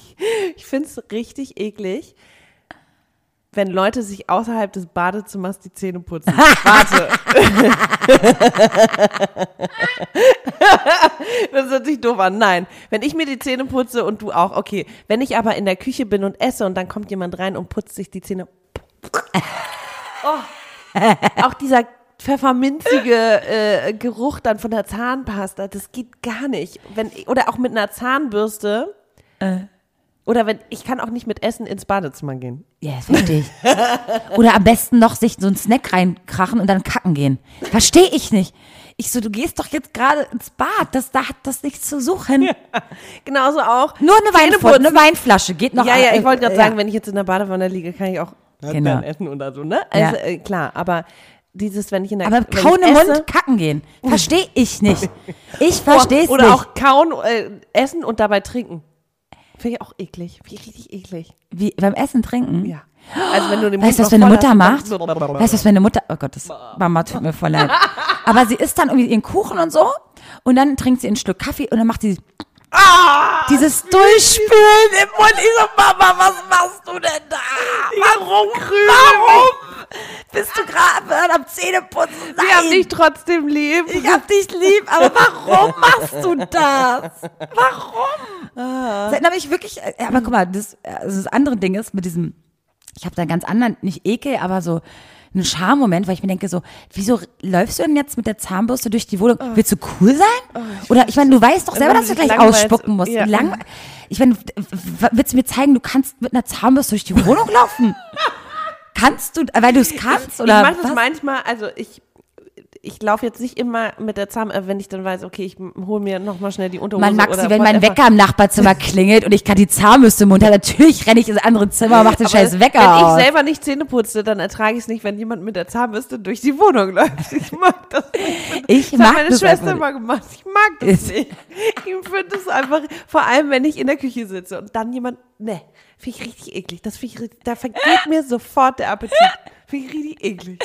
Speaker 1: (laughs) ich finde es richtig eklig, wenn Leute sich außerhalb des Badezimmers die Zähne putzen. Warte. das hört sich doof an. Nein. Wenn ich mir die Zähne putze und du auch, okay. Wenn ich aber in der Küche bin und esse und dann kommt jemand rein und putzt sich die Zähne. Oh. Auch dieser pfefferminzige äh, Geruch dann von der Zahnpasta, das geht gar nicht. Wenn, oder auch mit einer Zahnbürste.
Speaker 2: Äh.
Speaker 1: Oder wenn, ich kann auch nicht mit Essen ins Badezimmer gehen.
Speaker 2: Ja, das verstehe ich. Oder am besten noch sich so einen Snack reinkrachen und dann kacken gehen. Verstehe ich nicht. Ich so, du gehst doch jetzt gerade ins Bad, das, da hat das nichts zu suchen.
Speaker 1: Genauso auch.
Speaker 2: Nur eine,
Speaker 1: Zähne
Speaker 2: Weinfl
Speaker 1: putzen.
Speaker 2: eine Weinflasche geht noch.
Speaker 1: Ja, ja, ich
Speaker 2: äh,
Speaker 1: wollte gerade
Speaker 2: äh,
Speaker 1: sagen, wenn ich jetzt in der Badewanne liege, kann ich auch
Speaker 2: Genau.
Speaker 1: dann essen oder so, ne? Also
Speaker 2: Ja.
Speaker 1: äh, klar, aber dieses, wenn ich in der
Speaker 2: Aber
Speaker 1: wenn
Speaker 2: kauen
Speaker 1: ich
Speaker 2: im
Speaker 1: esse-
Speaker 2: Mund kacken gehen. Verstehe ich nicht.
Speaker 1: (laughs)
Speaker 2: Ich verstehe es
Speaker 1: Oder
Speaker 2: nicht.
Speaker 1: auch kauen, äh, essen und dabei trinken. Finde ich auch eklig. Finde ich richtig eklig.
Speaker 2: Wie, beim Essen trinken.
Speaker 1: Ja. Also wenn du den
Speaker 2: Weißt du,
Speaker 1: Mund
Speaker 2: was meine
Speaker 1: noch
Speaker 2: Mutter
Speaker 1: voll
Speaker 2: macht?
Speaker 1: hast und dann-
Speaker 2: Weißt du, was meine Mutter, oh Gott, das, Mama tut mir voll leid. Aber sie isst dann irgendwie ihren Kuchen und so und dann trinkt sie einen Schluck Kaffee und dann macht sie
Speaker 1: Ah!
Speaker 2: dieses Durchspülen im Mund. Ich so, Mama, was machst du denn da? Warum? Warum? Bist du gerade am Zähneputzen? Nein.
Speaker 1: Wir haben dich trotzdem lieb.
Speaker 2: Ich hab dich lieb, aber warum machst du das? Warum?
Speaker 1: Ah.
Speaker 2: Das erinnert mich wirklich, äh, aber guck mal, das, also das andere Ding ist mit diesem, ich habe da einen ganz anderen, nicht Ekel, aber so einen Schammoment, weil ich mir denke so, wieso läufst du denn jetzt mit der Zahnbürste durch die
Speaker 1: Ah.
Speaker 2: Wohnung? Willst du cool sein? Oder ich meine, du weißt doch selber,
Speaker 1: wenn
Speaker 2: dass du
Speaker 1: du
Speaker 2: gleich
Speaker 1: dich langweilst,
Speaker 2: ausspucken musst.
Speaker 1: ja.
Speaker 2: Wie lang, ich meine, w- w- willst du mir zeigen, du kannst mit einer Zahnbürste durch die Wohnung
Speaker 1: (laughs)
Speaker 2: laufen? kannst du, weil du es kannst? Oder
Speaker 1: ich mache das
Speaker 2: was?
Speaker 1: manchmal, also ich, ich laufe jetzt nicht immer mit der Zahn, äh, wenn ich dann weiß, okay, ich hole mir nochmal schnell die Unterhose.
Speaker 2: Man mag sie,
Speaker 1: oder
Speaker 2: wenn mein
Speaker 1: whatever.
Speaker 2: Wecker
Speaker 1: (laughs)
Speaker 2: im Nachbarzimmer klingelt und ich kann die Zahnbürste im Mund haben. Natürlich renne ich ins andere Zimmer und mache den
Speaker 1: Aber
Speaker 2: scheiß Wecker
Speaker 1: Wenn
Speaker 2: aus.
Speaker 1: ich selber nicht Zähne putze, dann ertrage ich es nicht, wenn jemand mit der Zahnbürste durch die Wohnung läuft. (laughs) Ich mag das nicht.
Speaker 2: Ich
Speaker 1: das
Speaker 2: mag
Speaker 1: hat meine
Speaker 2: das
Speaker 1: Schwester
Speaker 2: einfach
Speaker 1: immer gemacht. Ich mag das nicht. Ich finde das einfach, vor allem wenn ich in der Küche sitze und dann jemand, ne, finde ich richtig eklig. Das finde ich, richtig- da vergeht mir sofort der Appetit. Finde ich richtig eklig.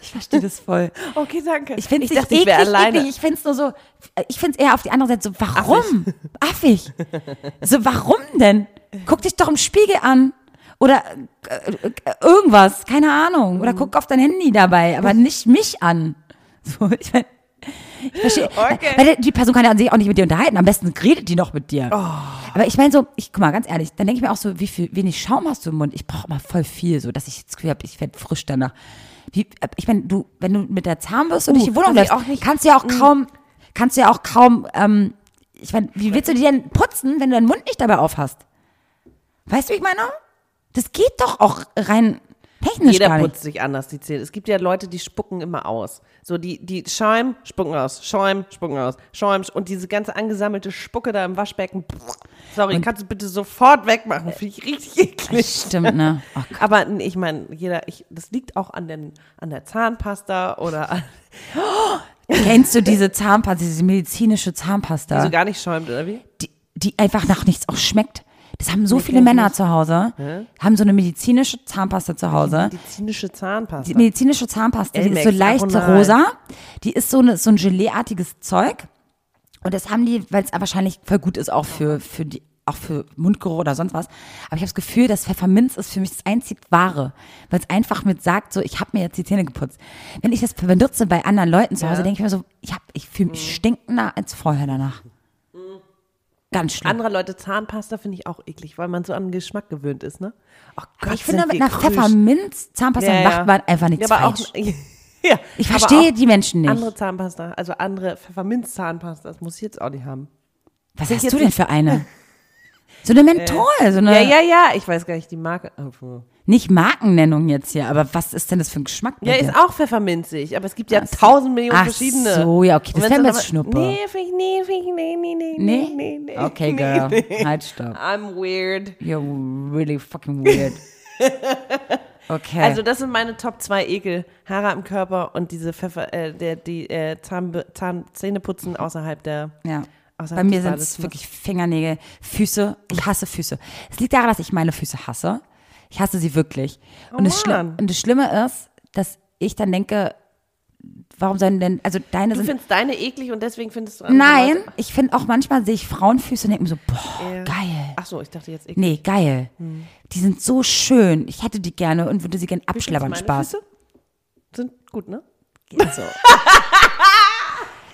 Speaker 2: ich verstehe das voll.
Speaker 1: Okay, danke.
Speaker 2: Ich finde es
Speaker 1: dachte,
Speaker 2: eklig,
Speaker 1: ich wäre alleine.
Speaker 2: eklig. Ich finde es nur so, ich finde es eher auf die andere Seite so, warum? Affig. So, warum denn? Guck dich doch im Spiegel an. Oder äh, äh, irgendwas, keine Ahnung.
Speaker 1: Mhm.
Speaker 2: Oder guck auf dein Handy dabei, aber nicht mich an. So, ich mein, ich verstehe.
Speaker 1: Okay.
Speaker 2: Weil die Person kann ja an sich auch nicht mit dir unterhalten. Am besten redet die noch mit dir.
Speaker 1: Oh.
Speaker 2: Aber ich meine so, ich guck mal ganz ehrlich, dann denke ich mir auch so, wie viel wenig Schaum hast du im Mund? Ich brauche mal voll viel, so dass ich jetzt Gefühl habe, ich werde frisch danach. Wie, äh, ich meine, du, wenn du mit der Zahnbürste durch die Wohnung
Speaker 1: hab ich
Speaker 2: läufst,
Speaker 1: Uh, also auch nicht. Mm.
Speaker 2: kannst du ja auch kaum, kannst du ja auch kaum, ähm, ich meine, wie willst du die denn putzen, wenn du deinen Mund nicht dabei aufhast? Weißt du, wie ich meine? Das geht doch auch rein technisch
Speaker 1: Jeder
Speaker 2: gar nicht.
Speaker 1: putzt sich anders die Zähne. Es gibt ja Leute, die spucken immer aus. So die, die Schäum, spucken aus, Schäum, spucken aus, Schäum sch- und diese ganze angesammelte Spucke da im Waschbecken. pff, Sorry, kannst du bitte sofort wegmachen. Finde ich richtig
Speaker 2: Äh,
Speaker 1: eklig.
Speaker 2: Stimmt, ne? Oh,
Speaker 1: Aber nee, ich meine, jeder, ich, das liegt auch an, den, an der Zahnpasta oder an,
Speaker 2: Kennst du diese Zahnpasta, diese medizinische Zahnpasta,
Speaker 1: die so gar nicht schäumt, oder wie?
Speaker 2: die, die einfach nach nichts auch schmeckt? Das haben so viele Männer zu Hause, haben so eine medizinische Zahnpasta zu Hause.
Speaker 1: Medizinische Zahnpasta.
Speaker 2: Die medizinische Zahnpasta, die ist
Speaker 1: Elmex,
Speaker 2: so leicht so
Speaker 1: Aronal.
Speaker 2: rosa, die ist so, eine, so ein Geleeartiges Zeug. Und das haben die, weil es wahrscheinlich voll gut ist, auch für, für die auch für Mundgeruch oder sonst was. Aber ich habe das Gefühl, dass Pfefferminz ist für mich das einzig Wahre, weil es einfach mit sagt, so ich habe mir jetzt die Zähne geputzt. Wenn ich das benutze bei anderen Leuten zu Hause, denke ich mir so, ich, hab- ich fühle mich stinkender als vorher danach. Ganz schlimm.
Speaker 1: Andere Leute Zahnpasta finde ich auch eklig, weil man so an den Geschmack gewöhnt ist, ne? Oh Gott,
Speaker 2: ich finde,
Speaker 1: sind
Speaker 2: mit
Speaker 1: wir
Speaker 2: einer
Speaker 1: krüsch.
Speaker 2: Pfefferminz-Zahnpasta macht man einfach nichts
Speaker 1: Ja, aber
Speaker 2: falsch.
Speaker 1: Auch, (laughs) ja,
Speaker 2: ich
Speaker 1: aber
Speaker 2: verstehe
Speaker 1: auch
Speaker 2: die Menschen nicht.
Speaker 1: Andere Zahnpasta, also andere Pfefferminz-Zahnpasta, das muss ich jetzt auch nicht haben.
Speaker 2: Was
Speaker 1: Sind
Speaker 2: hast du
Speaker 1: jetzt
Speaker 2: denn für
Speaker 1: (laughs)
Speaker 2: eine? So eine Menthol, so eine
Speaker 1: Ja, ja, ja, ich weiß gar nicht, die Marke. Oh.
Speaker 2: nicht Markennennung jetzt hier, aber was ist denn das für ein Geschmack?
Speaker 1: Ja,
Speaker 2: bitte?
Speaker 1: ist auch pfefferminzig, aber es gibt ja
Speaker 2: Ach so.
Speaker 1: tausend Millionen
Speaker 2: Ach
Speaker 1: verschiedene.
Speaker 2: so, ja, okay, das
Speaker 1: Und wenn's
Speaker 2: wär mir
Speaker 1: dann
Speaker 2: jetzt
Speaker 1: aber-
Speaker 2: Schnuppe.
Speaker 1: Nee, find ich, nee, find ich, nee, nee, nee,
Speaker 2: nee?
Speaker 1: nee, nee, nee.
Speaker 2: Okay,
Speaker 1: nee.
Speaker 2: girl, halt stopp.
Speaker 1: I'm weird.
Speaker 2: You're really
Speaker 1: (laughs)
Speaker 2: fucking weird. Okay.
Speaker 1: Also das sind meine Top 2 Ekel. Haare am Körper und diese Pfeffer, äh, der, die äh, Zahn, Zahn, Zähneputzen außerhalb der...
Speaker 2: ja.
Speaker 1: Außerhalb
Speaker 2: Bei mir
Speaker 1: des
Speaker 2: sind es
Speaker 1: Badezimmers.
Speaker 2: wirklich Fingernägel, Füße. Ich hasse Füße. Es liegt daran, dass ich meine Füße hasse. Ich hasse sie wirklich. und, das Schli-
Speaker 1: Oh Mann.
Speaker 2: und das Schlimme ist, dass ich dann denke, warum sollen denn, also deine
Speaker 1: Du
Speaker 2: sind.
Speaker 1: findest deine eklig und deswegen findest du andere
Speaker 2: Nein,
Speaker 1: Leute-
Speaker 2: ich finde auch manchmal sehe ich Frauenfüße und denke mir so, boah,
Speaker 1: Ja.
Speaker 2: geil.
Speaker 1: Ach so, ich dachte jetzt eklig.
Speaker 2: Nee, geil. Die sind so schön. Ich hätte die gerne und würde sie gerne
Speaker 1: Wie findest du
Speaker 2: abschleppern.
Speaker 1: meine
Speaker 2: Spaß.
Speaker 1: Füße? Sind gut, ne?
Speaker 2: Also.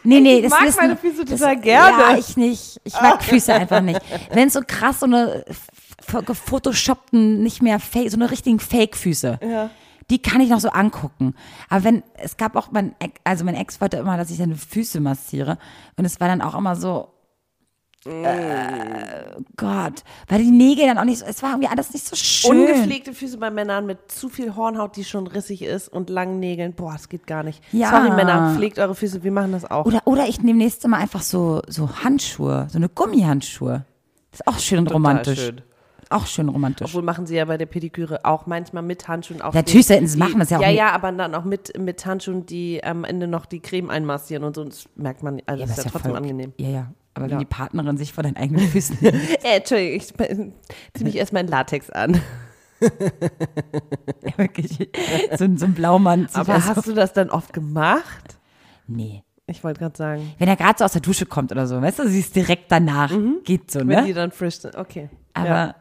Speaker 2: Nee, nee, das
Speaker 1: mag
Speaker 2: ist
Speaker 1: meine
Speaker 2: ein-
Speaker 1: Füße
Speaker 2: das-
Speaker 1: total gerne. Ah.
Speaker 2: Ja, ich nicht. Ich mag Füße einfach nicht. Wenn so krass so eine f- gefotoshoppten, nicht mehr fake, so eine richtigen Fake-Füße.
Speaker 1: Ja.
Speaker 2: Die kann ich noch so angucken. Aber wenn, es gab auch mein, Ex- also mein Ex wollte immer, dass ich seine Füße massiere. Und es war dann auch immer so,
Speaker 1: Mm.
Speaker 2: äh, Gott, weil die Nägel dann auch nicht so, es war irgendwie alles nicht so schön.
Speaker 1: Ungepflegte Füße bei Männern mit zu viel Hornhaut, die schon rissig ist und langen Nägeln. Boah, das geht gar nicht.
Speaker 2: Ja.
Speaker 1: Sorry, Männer, pflegt eure Füße, wir machen das auch.
Speaker 2: Oder, oder ich nehme nächstes Mal einfach so, so Handschuhe, so eine Gummihandschuhe. Das ist auch schön und romantisch.
Speaker 1: schön.
Speaker 2: Auch schön romantisch.
Speaker 1: Obwohl machen sie ja bei der Pediküre auch manchmal mit Handschuhen auf.
Speaker 2: Natürlich sollten sie es machen, das ist ja auch
Speaker 1: Ja,
Speaker 2: nicht-
Speaker 1: ja, aber dann auch mit, mit Handschuhen, die am Ende noch die Creme einmassieren und so. Das merkt man, also das ist ja, trotzdem
Speaker 2: voll-
Speaker 1: angenehm.
Speaker 2: Ja, ja. Aber
Speaker 1: Ja.
Speaker 2: wenn die Partnerin sich vor deinen eigenen Füßen (laughs) nimmt,
Speaker 1: Äh, Entschuldigung, ich zieh
Speaker 2: (laughs)
Speaker 1: mich erstmal in Latex an.
Speaker 2: ja, wirklich so, ein- so ein Blaumann zieht
Speaker 1: Aber (laughs)
Speaker 2: das
Speaker 1: hast
Speaker 2: auf.
Speaker 1: du das dann oft gemacht?
Speaker 2: Nee.
Speaker 1: Ich wollte gerade sagen.
Speaker 2: Wenn er gerade so aus der Dusche kommt oder so, weißt du, sie ist direkt danach. Geht so,
Speaker 1: Mhm. Wenn
Speaker 2: ne?
Speaker 1: die dann frisch sind. Okay. ja,
Speaker 2: Aber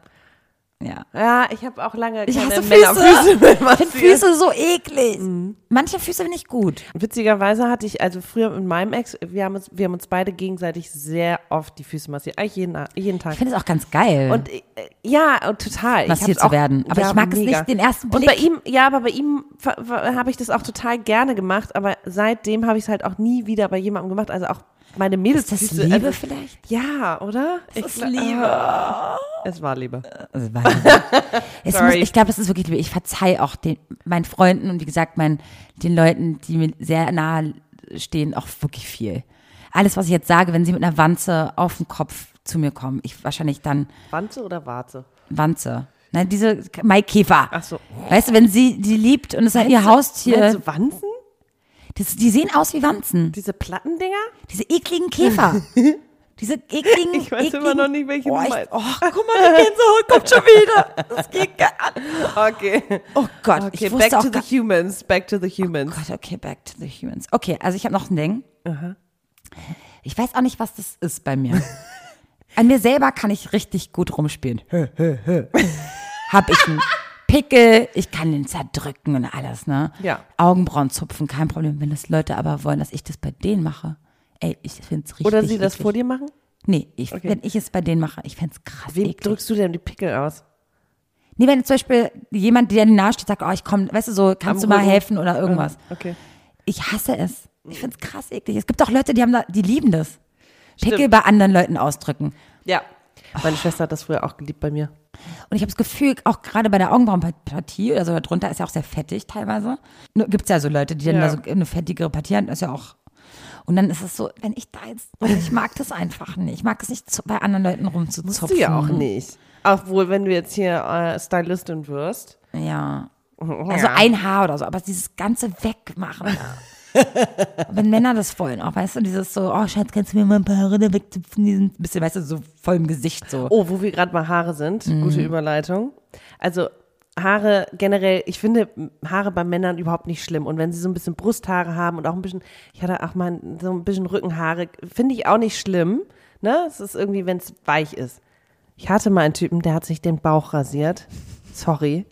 Speaker 2: ja.
Speaker 1: ja ich habe auch lange
Speaker 2: Ich
Speaker 1: keine
Speaker 2: hasse (laughs)
Speaker 1: Männerfüße mehr
Speaker 2: Füße. Ich finde
Speaker 1: massiert.
Speaker 2: Füße so eklig.
Speaker 1: Mhm.
Speaker 2: Manche Füße finde ich gut.
Speaker 1: Witzigerweise hatte ich, also früher mit meinem Ex, wir haben uns, wir haben uns beide gegenseitig sehr oft die Füße massiert. Eigentlich jeden, jeden Tag.
Speaker 2: Ich finde es auch ganz geil.
Speaker 1: Und äh, ja, und total. Ich
Speaker 2: Massiert
Speaker 1: hab's
Speaker 2: zu werden. Aber ich mag es nicht, den ersten
Speaker 1: Und
Speaker 2: Blick.
Speaker 1: bei ihm, ja, aber bei ihm ver- ver- habe ich das auch total gerne gemacht, aber seitdem habe ich es halt auch nie wieder bei jemandem gemacht. Also auch meine Mädels.
Speaker 2: ist das
Speaker 1: Füße,
Speaker 2: Liebe
Speaker 1: also,
Speaker 2: vielleicht?
Speaker 1: Ja, oder? Ich
Speaker 2: ist
Speaker 1: gla-
Speaker 2: Liebe.
Speaker 1: Ah, es war Liebe.
Speaker 2: Also, weil-
Speaker 1: (laughs)
Speaker 2: es muss,
Speaker 1: Sorry.
Speaker 2: ich glaube, es ist wirklich Liebe. Ich verzeihe auch den, meinen Freunden und wie gesagt, meinen, den Leuten, die mir sehr nahe stehen, auch wirklich viel. Alles, was ich jetzt sage, wenn sie mit einer Wanze auf den Kopf zu mir kommen, ich wahrscheinlich dann
Speaker 1: Wanze oder Warze?
Speaker 2: Wanze. Nein, diese Maikäfer.
Speaker 1: Ach so.
Speaker 2: Weißt du, wenn sie die liebt und es ist ihr
Speaker 1: Meinst
Speaker 2: Haustier,
Speaker 1: du Wanzen?
Speaker 2: das, die sehen aus wie Wanzen.
Speaker 1: Diese Plattendinger?
Speaker 2: Diese
Speaker 1: (laughs)
Speaker 2: ekligen Käfer. Diese ekligen.
Speaker 1: Ich weiß
Speaker 2: ekligen,
Speaker 1: immer noch nicht, welche
Speaker 2: oh,
Speaker 1: du
Speaker 2: ich,
Speaker 1: meinst.
Speaker 2: oh, guck mal, die Gänsehaut kommt schon wieder.
Speaker 1: (laughs)
Speaker 2: Das geht gar
Speaker 1: Okay.
Speaker 2: Oh Gott,
Speaker 1: Okay,
Speaker 2: ich wusste
Speaker 1: back to
Speaker 2: auch gar,
Speaker 1: the humans, back to the humans.
Speaker 2: Gott, okay, back to the humans. Okay, also ich habe noch ein Ding. Ich weiß auch nicht, was das ist
Speaker 1: (laughs)
Speaker 2: bei mir. An mir selber kann ich richtig gut rumspielen. (laughs) hab ich einen Pickel, ich kann den zerdrücken und alles, ne?
Speaker 1: Ja.
Speaker 2: Augenbrauen zupfen, kein Problem. Wenn das Leute aber wollen, dass ich das bei denen mache, ey, ich find's richtig
Speaker 1: oder sie das
Speaker 2: eklig.
Speaker 1: vor dir machen?
Speaker 2: Nee, ich,
Speaker 1: Okay.
Speaker 2: wenn ich es bei denen mache, ich find's krass
Speaker 1: Wem
Speaker 2: eklig.
Speaker 1: drückst du denn die Pickel aus?
Speaker 2: Nee, wenn zum Beispiel jemand, der dir nahe steht, sagt, oh, ich komme, weißt du, so, kannst
Speaker 1: Am
Speaker 2: du mal
Speaker 1: Rücken.
Speaker 2: helfen oder irgendwas.
Speaker 1: Okay.
Speaker 2: Ich hasse es. Ich
Speaker 1: Mhm.
Speaker 2: find's krass eklig. Es gibt auch Leute, die haben da, die lieben das. Pickel
Speaker 1: Stimmt.
Speaker 2: bei anderen Leuten ausdrücken.
Speaker 1: Ja. Meine Schwester hat das früher auch geliebt bei mir.
Speaker 2: Und ich habe das Gefühl, auch gerade bei der Augenbrauenpartie oder so da drunter ist ja auch sehr fettig teilweise. Nur Gibt's ja so Leute, die dann
Speaker 1: Ja.
Speaker 2: da so eine fettigere Partie haben, ist ja auch. Und dann ist es so, wenn ich da jetzt, ich mag das einfach nicht. Ich mag es nicht, zu- bei anderen Leuten rumzuzupfen.
Speaker 1: Du ja auch nicht. Mhm. Obwohl, wenn du jetzt hier äh, Stylistin wirst.
Speaker 2: Ja. Also ein Haar oder so, aber dieses ganze Wegmachen. Wenn Männer das wollen, auch weißt du, dieses so, oh Schatz, kannst du mir mal ein paar Haare da wegzupfen, diesen bisschen, weißt du, so voll im Gesicht so.
Speaker 1: Oh, wo wir gerade mal Haare sind.
Speaker 2: Mhm.
Speaker 1: Gute Überleitung. Also Haare generell, ich finde Haare bei Männern überhaupt nicht schlimm. Und wenn sie so ein bisschen Brusthaare haben und auch ein bisschen, ich hatte auch mal so ein bisschen Rückenhaare, finde ich auch nicht schlimm. Ne? Es ist irgendwie, wenn es weich ist. Ich hatte mal einen Typen, der hat sich den Bauch rasiert. Sorry.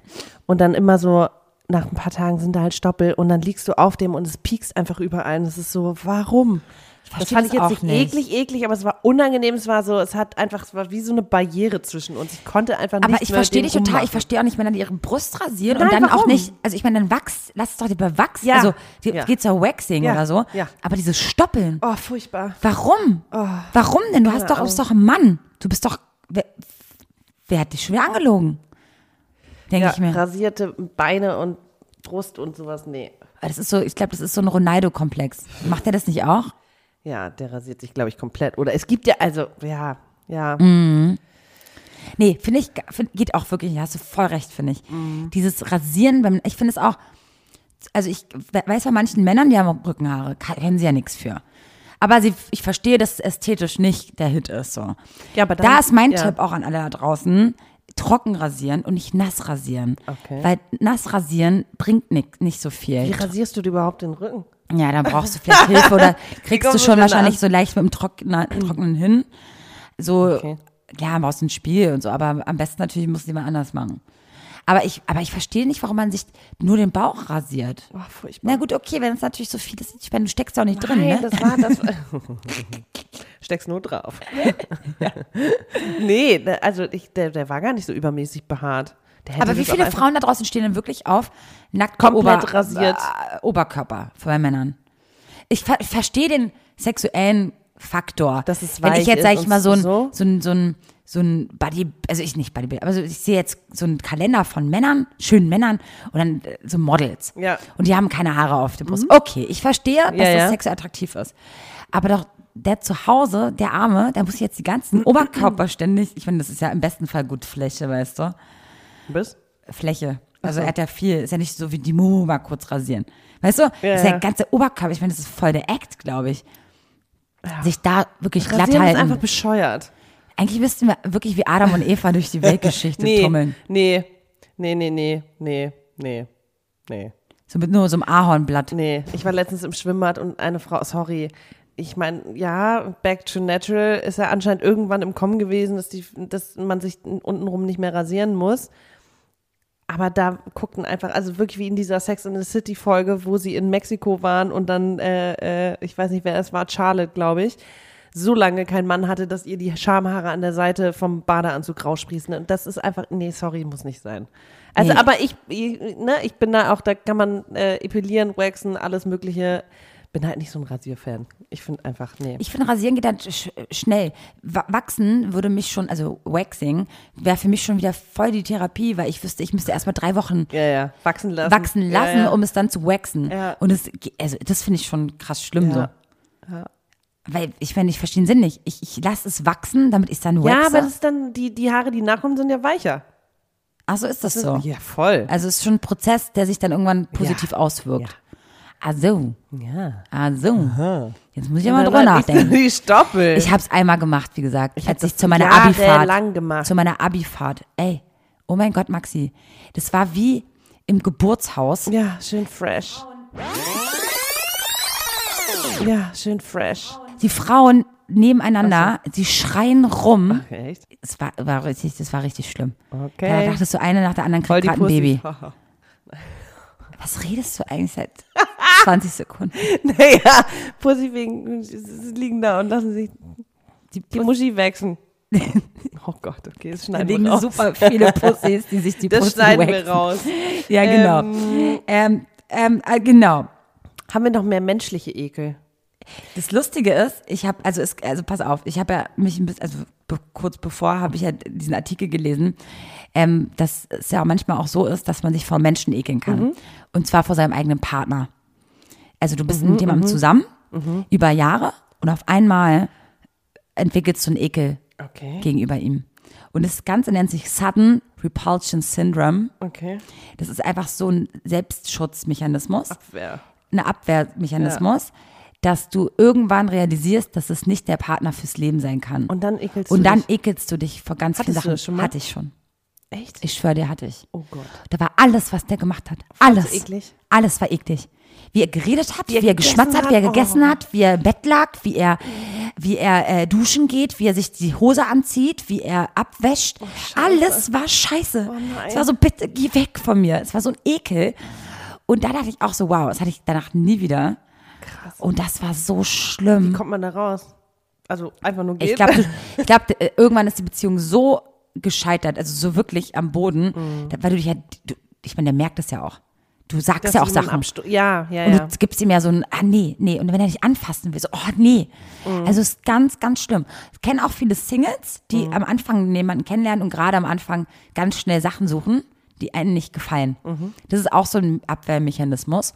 Speaker 1: Und dann immer so, nach ein paar Tagen sind da halt Stoppel und dann liegst du auf dem und es piekst einfach überall. Und es ist so, warum? Das
Speaker 2: verstehe
Speaker 1: fand ich
Speaker 2: das
Speaker 1: jetzt
Speaker 2: auch
Speaker 1: nicht,
Speaker 2: nicht.
Speaker 1: eklig, eklig, aber es war unangenehm. Es war so, es hat einfach, es war wie so eine Barriere zwischen uns. Ich konnte einfach nicht
Speaker 2: aber ich verstehe dich total, ich verstehe auch nicht Männer, die ihre Brust rasieren und
Speaker 1: Nein,
Speaker 2: dann auch
Speaker 1: warum?
Speaker 2: nicht, also ich meine, dann wachs, lass es doch lieber wachsen,
Speaker 1: Ja.
Speaker 2: also die,
Speaker 1: Ja.
Speaker 2: geht's ja Waxing
Speaker 1: Ja.
Speaker 2: oder so,
Speaker 1: Ja.
Speaker 2: aber dieses Stoppeln,
Speaker 1: Oh, furchtbar.
Speaker 2: warum? Warum denn? Du hast doch,
Speaker 1: Ahnung.
Speaker 2: bist doch ein Mann, du bist doch, wer, wer hat dich schon wieder angelogen? Denke
Speaker 1: Ja,
Speaker 2: ich mir.
Speaker 1: rasierte Beine und Brust und sowas, nee.
Speaker 2: Aber Das ist so, ich glaube, das ist so ein Ronaldo-Komplex. Macht er das nicht auch?
Speaker 1: Ja, der rasiert sich, glaube ich, komplett. Oder es gibt ja, also, ja, ja.
Speaker 2: Mhm. Nee, finde ich, find, geht auch wirklich, ja, hast du voll recht, finde ich.
Speaker 1: Mhm.
Speaker 2: Dieses Rasieren, beim, ich finde es auch, also ich we- weiß bei manchen Männern, die haben Rückenhaare, kann- können sie ja nichts für. Aber sie, ich verstehe, dass es ästhetisch nicht der Hit ist, so.
Speaker 1: Ja, aber dann-
Speaker 2: da ist mein
Speaker 1: ja.
Speaker 2: Tipp auch an alle da draußen. trocken rasieren und nicht nass rasieren.
Speaker 1: Okay.
Speaker 2: Weil nass rasieren bringt nicht, nicht so viel.
Speaker 1: Wie rasierst du dir überhaupt den Rücken?
Speaker 2: Ja, dann brauchst du vielleicht
Speaker 1: (laughs)
Speaker 2: Hilfe oder kriegst du
Speaker 1: kommst
Speaker 2: schon
Speaker 1: du denn
Speaker 2: wahrscheinlich
Speaker 1: an?
Speaker 2: so leicht mit dem Trockner, Trocknen hin. So,
Speaker 1: Mhm. Okay.
Speaker 2: ja, brauchst du ein Spiel und so, aber am besten natürlich muss jemand anders machen. Aber ich, aber ich verstehe nicht, warum man sich nur den Bauch rasiert.
Speaker 1: Oh, furchtbar.
Speaker 2: Na gut, okay, wenn es natürlich so viel ist, ich meine, du steckst ja auch nicht drin,
Speaker 1: Nein,
Speaker 2: ne?
Speaker 1: das war
Speaker 2: (laughs)
Speaker 1: das. Steck's nur drauf. (laughs) nee, ne, also ich, der, der war gar nicht so übermäßig behaart. Der hätte
Speaker 2: aber wie
Speaker 1: das auch
Speaker 2: viele
Speaker 1: einfach-
Speaker 2: Frauen da draußen stehen denn wirklich auf nackt
Speaker 1: Komplett rasiert.
Speaker 2: äh, Oberkörper bei Männern? Ich ver verstehe den sexuellen Faktor.
Speaker 1: Dass es
Speaker 2: Wenn ich
Speaker 1: weich
Speaker 2: jetzt, sag
Speaker 1: ist
Speaker 2: ich mal,
Speaker 1: und
Speaker 2: so ein,
Speaker 1: so.
Speaker 2: so ein, so ein, so ein Body, also ich nicht Bodybuilder, aber so, ich sehe jetzt so einen Kalender von Männern, schönen Männern und dann äh, so Models.
Speaker 1: Ja. Mhm.
Speaker 2: Und die haben keine Haare auf dem Brust. Okay, ich verstehe, dass
Speaker 1: Ja,
Speaker 2: das
Speaker 1: ja.
Speaker 2: sexuell attraktiv ist. Aber doch der zu Hause, der Arme, der muss jetzt
Speaker 1: (clears throat)
Speaker 2: die ganzen Oberkörper ständig, ich meine, das ist ja im besten Fall gut Fläche, weißt du.
Speaker 1: Bis?
Speaker 2: Fläche. Also er hat ja viel, ist ja nicht so wie die Mumu mal kurz rasieren. Weißt du,
Speaker 1: Ja,
Speaker 2: ist ja
Speaker 1: ja.
Speaker 2: ganze Oberkörper, ich meine, das ist voll der Act, glaube ich. Sich da wirklich glatt
Speaker 1: Rasieren ist einfach
Speaker 2: halten.
Speaker 1: bescheuert.
Speaker 2: Eigentlich müssten wir wirklich wie Adam und Eva durch die
Speaker 1: (laughs)
Speaker 2: Weltgeschichte
Speaker 1: Nee,
Speaker 2: trommeln.
Speaker 1: nee, nee, nee, nee, nee, nee, nee.
Speaker 2: So mit nur so einem Ahornblatt.
Speaker 1: Nee, ich war letztens im Schwimmbad und eine Frau, sorry, ich meine, ja, Back to Natural ist ja anscheinend irgendwann im Kommen gewesen, dass, die, dass man sich untenrum nicht mehr rasieren muss. Aber da guckten einfach, also wirklich wie in dieser Sex in the City Folge, wo sie in Mexiko waren und dann, äh, äh, ich weiß nicht, wer es war, Charlotte, glaube ich, so lange kein Mann hatte, dass ihr die Schamhaare an der Seite vom Badeanzug raussprießen. Und das ist einfach, nee, sorry, muss nicht sein. Also,
Speaker 2: Nee.
Speaker 1: aber ich, ich, ne, ich bin da auch, da kann man äh, epilieren, waxen, alles Mögliche. Bin halt nicht so ein Rasierfan. Ich finde einfach, nee.
Speaker 2: Ich finde, Rasieren geht dann sch schnell. Wa- Wachsen würde mich schon, also Waxing, wäre für mich schon wieder voll die Therapie, weil ich wüsste, ich müsste erstmal drei Wochen
Speaker 1: ja, ja, wachsen lassen.
Speaker 2: wachsen lassen,
Speaker 1: ja, ja.
Speaker 2: um es dann zu waxen.
Speaker 1: Ja.
Speaker 2: Und das, also das finde ich schon krass schlimm so.
Speaker 1: Ja.
Speaker 2: Weil ich, wenn ich verstehe den Sinn nicht. Ich, ich lasse es wachsen, damit ich es dann waxe.
Speaker 1: Ja, aber das ist dann, die, die Haare, die nachkommen, sind ja weicher.
Speaker 2: Ach so ist das so.
Speaker 1: Ja, voll.
Speaker 2: Also es ist schon ein Prozess, der sich dann irgendwann positiv auswirkt. Ah so,
Speaker 1: Ja.
Speaker 2: ah so. Jetzt muss ich ja mal
Speaker 1: (laughs)
Speaker 2: drüber nachdenken.
Speaker 1: Die Stoppel.
Speaker 2: Ich habe es einmal gemacht, wie gesagt,
Speaker 1: hab
Speaker 2: als ich
Speaker 1: das
Speaker 2: zu meiner
Speaker 1: jahrelang
Speaker 2: Abifahrt
Speaker 1: gemacht.
Speaker 2: zu meiner Abifahrt. Ey, oh mein Gott, Maxi, das war wie im Geburtshaus.
Speaker 1: ja, schön fresh. Ja, schön fresh.
Speaker 2: Die Frauen nebeneinander, sie schreien rum.
Speaker 1: Echt?
Speaker 2: Es war, war richtig, das war richtig schlimm.
Speaker 1: Okay.
Speaker 2: Da dachtest du, eine nach der anderen
Speaker 1: Voll
Speaker 2: kriegt
Speaker 1: die
Speaker 2: gerade ein
Speaker 1: Pussys.
Speaker 2: Baby.
Speaker 1: (laughs)
Speaker 2: Was redest du eigentlich seit (laughs) 20 Sekunden?
Speaker 1: naja, Pussy wegen, sie liegen da und lassen sich die, die Muschi wachsen.
Speaker 2: (laughs)
Speaker 1: oh Gott, okay, das schneiden
Speaker 2: Wegen
Speaker 1: wir raus.
Speaker 2: super viele Pussys, die sich
Speaker 1: (laughs)
Speaker 2: die
Speaker 1: das
Speaker 2: Pussy
Speaker 1: schneiden wir
Speaker 2: waxen.
Speaker 1: raus.
Speaker 2: Ja, genau. Ähm, ähm, äh, genau.
Speaker 1: Haben wir noch mehr menschliche Ekel?
Speaker 2: Das Lustige ist, ich habe, also, es- also pass auf, ich habe ja mich ein bisschen, also be kurz bevor habe ich ja diesen Artikel gelesen, ähm, dass es ja manchmal auch so ist, dass man sich vor Menschen ekeln kann. Und zwar vor seinem eigenen Partner. Also du bist mit jemandem zusammen über Jahre und auf einmal entwickelst du einen Ekel
Speaker 1: Okay.
Speaker 2: gegenüber ihm. Und das Ganze nennt sich Sudden Repulsion Syndrome.
Speaker 1: Okay.
Speaker 2: Das ist einfach so ein Selbstschutzmechanismus
Speaker 1: Abwehr.
Speaker 2: ein Abwehrmechanismus, dass du irgendwann realisierst, dass es nicht der Partner fürs Leben sein kann.
Speaker 1: Und dann ekelst
Speaker 2: Und
Speaker 1: du
Speaker 2: dann
Speaker 1: dich.
Speaker 2: ekelst du dich vor ganz
Speaker 1: Hattest
Speaker 2: vielen
Speaker 1: du
Speaker 2: Sachen.
Speaker 1: das schon mal?
Speaker 2: Hatte ich schon.
Speaker 1: Echt?
Speaker 2: Ich schwöre dir, hatte ich.
Speaker 1: Oh Gott.
Speaker 2: Da war alles, was der gemacht hat. Alles.
Speaker 1: eklig?
Speaker 2: Alles war eklig. Wie er geredet hat, wie er,
Speaker 1: er gegessen
Speaker 2: geschmatzt hat, wie er
Speaker 1: hat, oh.
Speaker 2: gegessen hat, wie er im Bett lag, wie er, wie er äh, duschen geht, wie er sich die Hose anzieht, wie er abwäscht. alles war scheiße.
Speaker 1: Oh, nein.
Speaker 2: es war so, bitte geh weg von mir. Es war so ein Ekel. Und da dachte ich auch so, wow, das hatte ich danach nie wieder. Krass. Und das war so schlimm.
Speaker 1: Kommt man da raus? Also einfach nur geht. (laughs)
Speaker 2: Ich glaube, ich glaub, äh, irgendwann ist die Beziehung so gescheitert, also so wirklich am Boden,
Speaker 1: Mhm.
Speaker 2: da- weil du dich ja, du, ich meine, der merkt das ja auch. Du sagst
Speaker 1: Dass
Speaker 2: ja auch
Speaker 1: jemand
Speaker 2: Sachen.
Speaker 1: abstu- Ja, ja,
Speaker 2: Und
Speaker 1: ja.
Speaker 2: du gibst ihm ja so ein, ah nee, nee. Und wenn er dich anfassen will, so, oh nee.
Speaker 1: Mhm.
Speaker 2: Also ist ganz, ganz schlimm. Ich kenne auch viele Singles, die
Speaker 1: Mhm.
Speaker 2: am Anfang jemanden kennenlernen und gerade am Anfang ganz schnell Sachen suchen, die einem nicht gefallen.
Speaker 1: Mhm.
Speaker 2: Das ist auch so ein Abwehrmechanismus,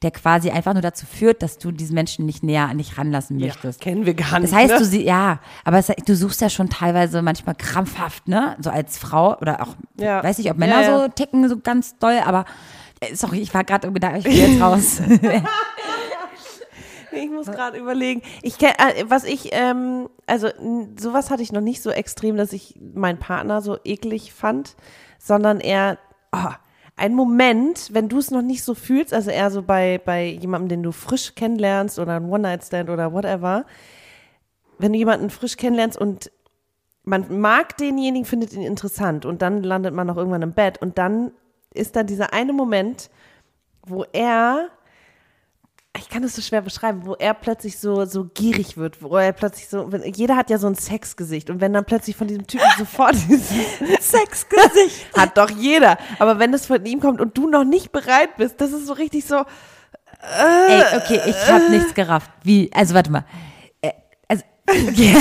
Speaker 2: der quasi einfach nur dazu führt, dass du diesen Menschen nicht näher an dich ranlassen
Speaker 1: ja.
Speaker 2: möchtest.
Speaker 1: Kennen wir gar nicht.
Speaker 2: Das heißt,
Speaker 1: ne?
Speaker 2: du sie, ja, aber es, du suchst ja schon teilweise manchmal krampfhaft, ne? So als Frau oder auch,
Speaker 1: Ja.
Speaker 2: weiß nicht, ob Männer
Speaker 1: Ja, ja.
Speaker 2: so ticken, so
Speaker 1: (laughs)
Speaker 2: ganz doll, aber äh, sorry, ich war gerade im Gedanken, ich bin jetzt raus.
Speaker 1: Ich muss gerade überlegen. Ich kenn, äh, was ich, ähm, also n- sowas hatte ich noch nicht so extrem, dass ich meinen Partner so eklig fand, sondern eher oh, ein Moment, wenn du es noch nicht so fühlst, also eher so bei, bei jemandem, den du frisch kennenlernst oder ein One-Night-Stand oder whatever, wenn du jemanden frisch kennenlernst und man mag denjenigen, findet ihn interessant und dann landet man noch irgendwann im Bett und dann ist da dieser eine Moment, wo er, ich kann das so schwer beschreiben, wo er plötzlich so, so gierig wird, wo er plötzlich so, wenn, jeder hat ja so ein Sexgesicht und wenn dann plötzlich von diesem Typen sofort (laughs) dieses Sexgesicht hat doch jeder, aber wenn das von ihm kommt und du noch nicht bereit bist, das ist so richtig so,
Speaker 2: (laughs) Ey, okay, ich habe nichts gerafft. Wie? Also warte mal. Äh, Also, (laughs) okay.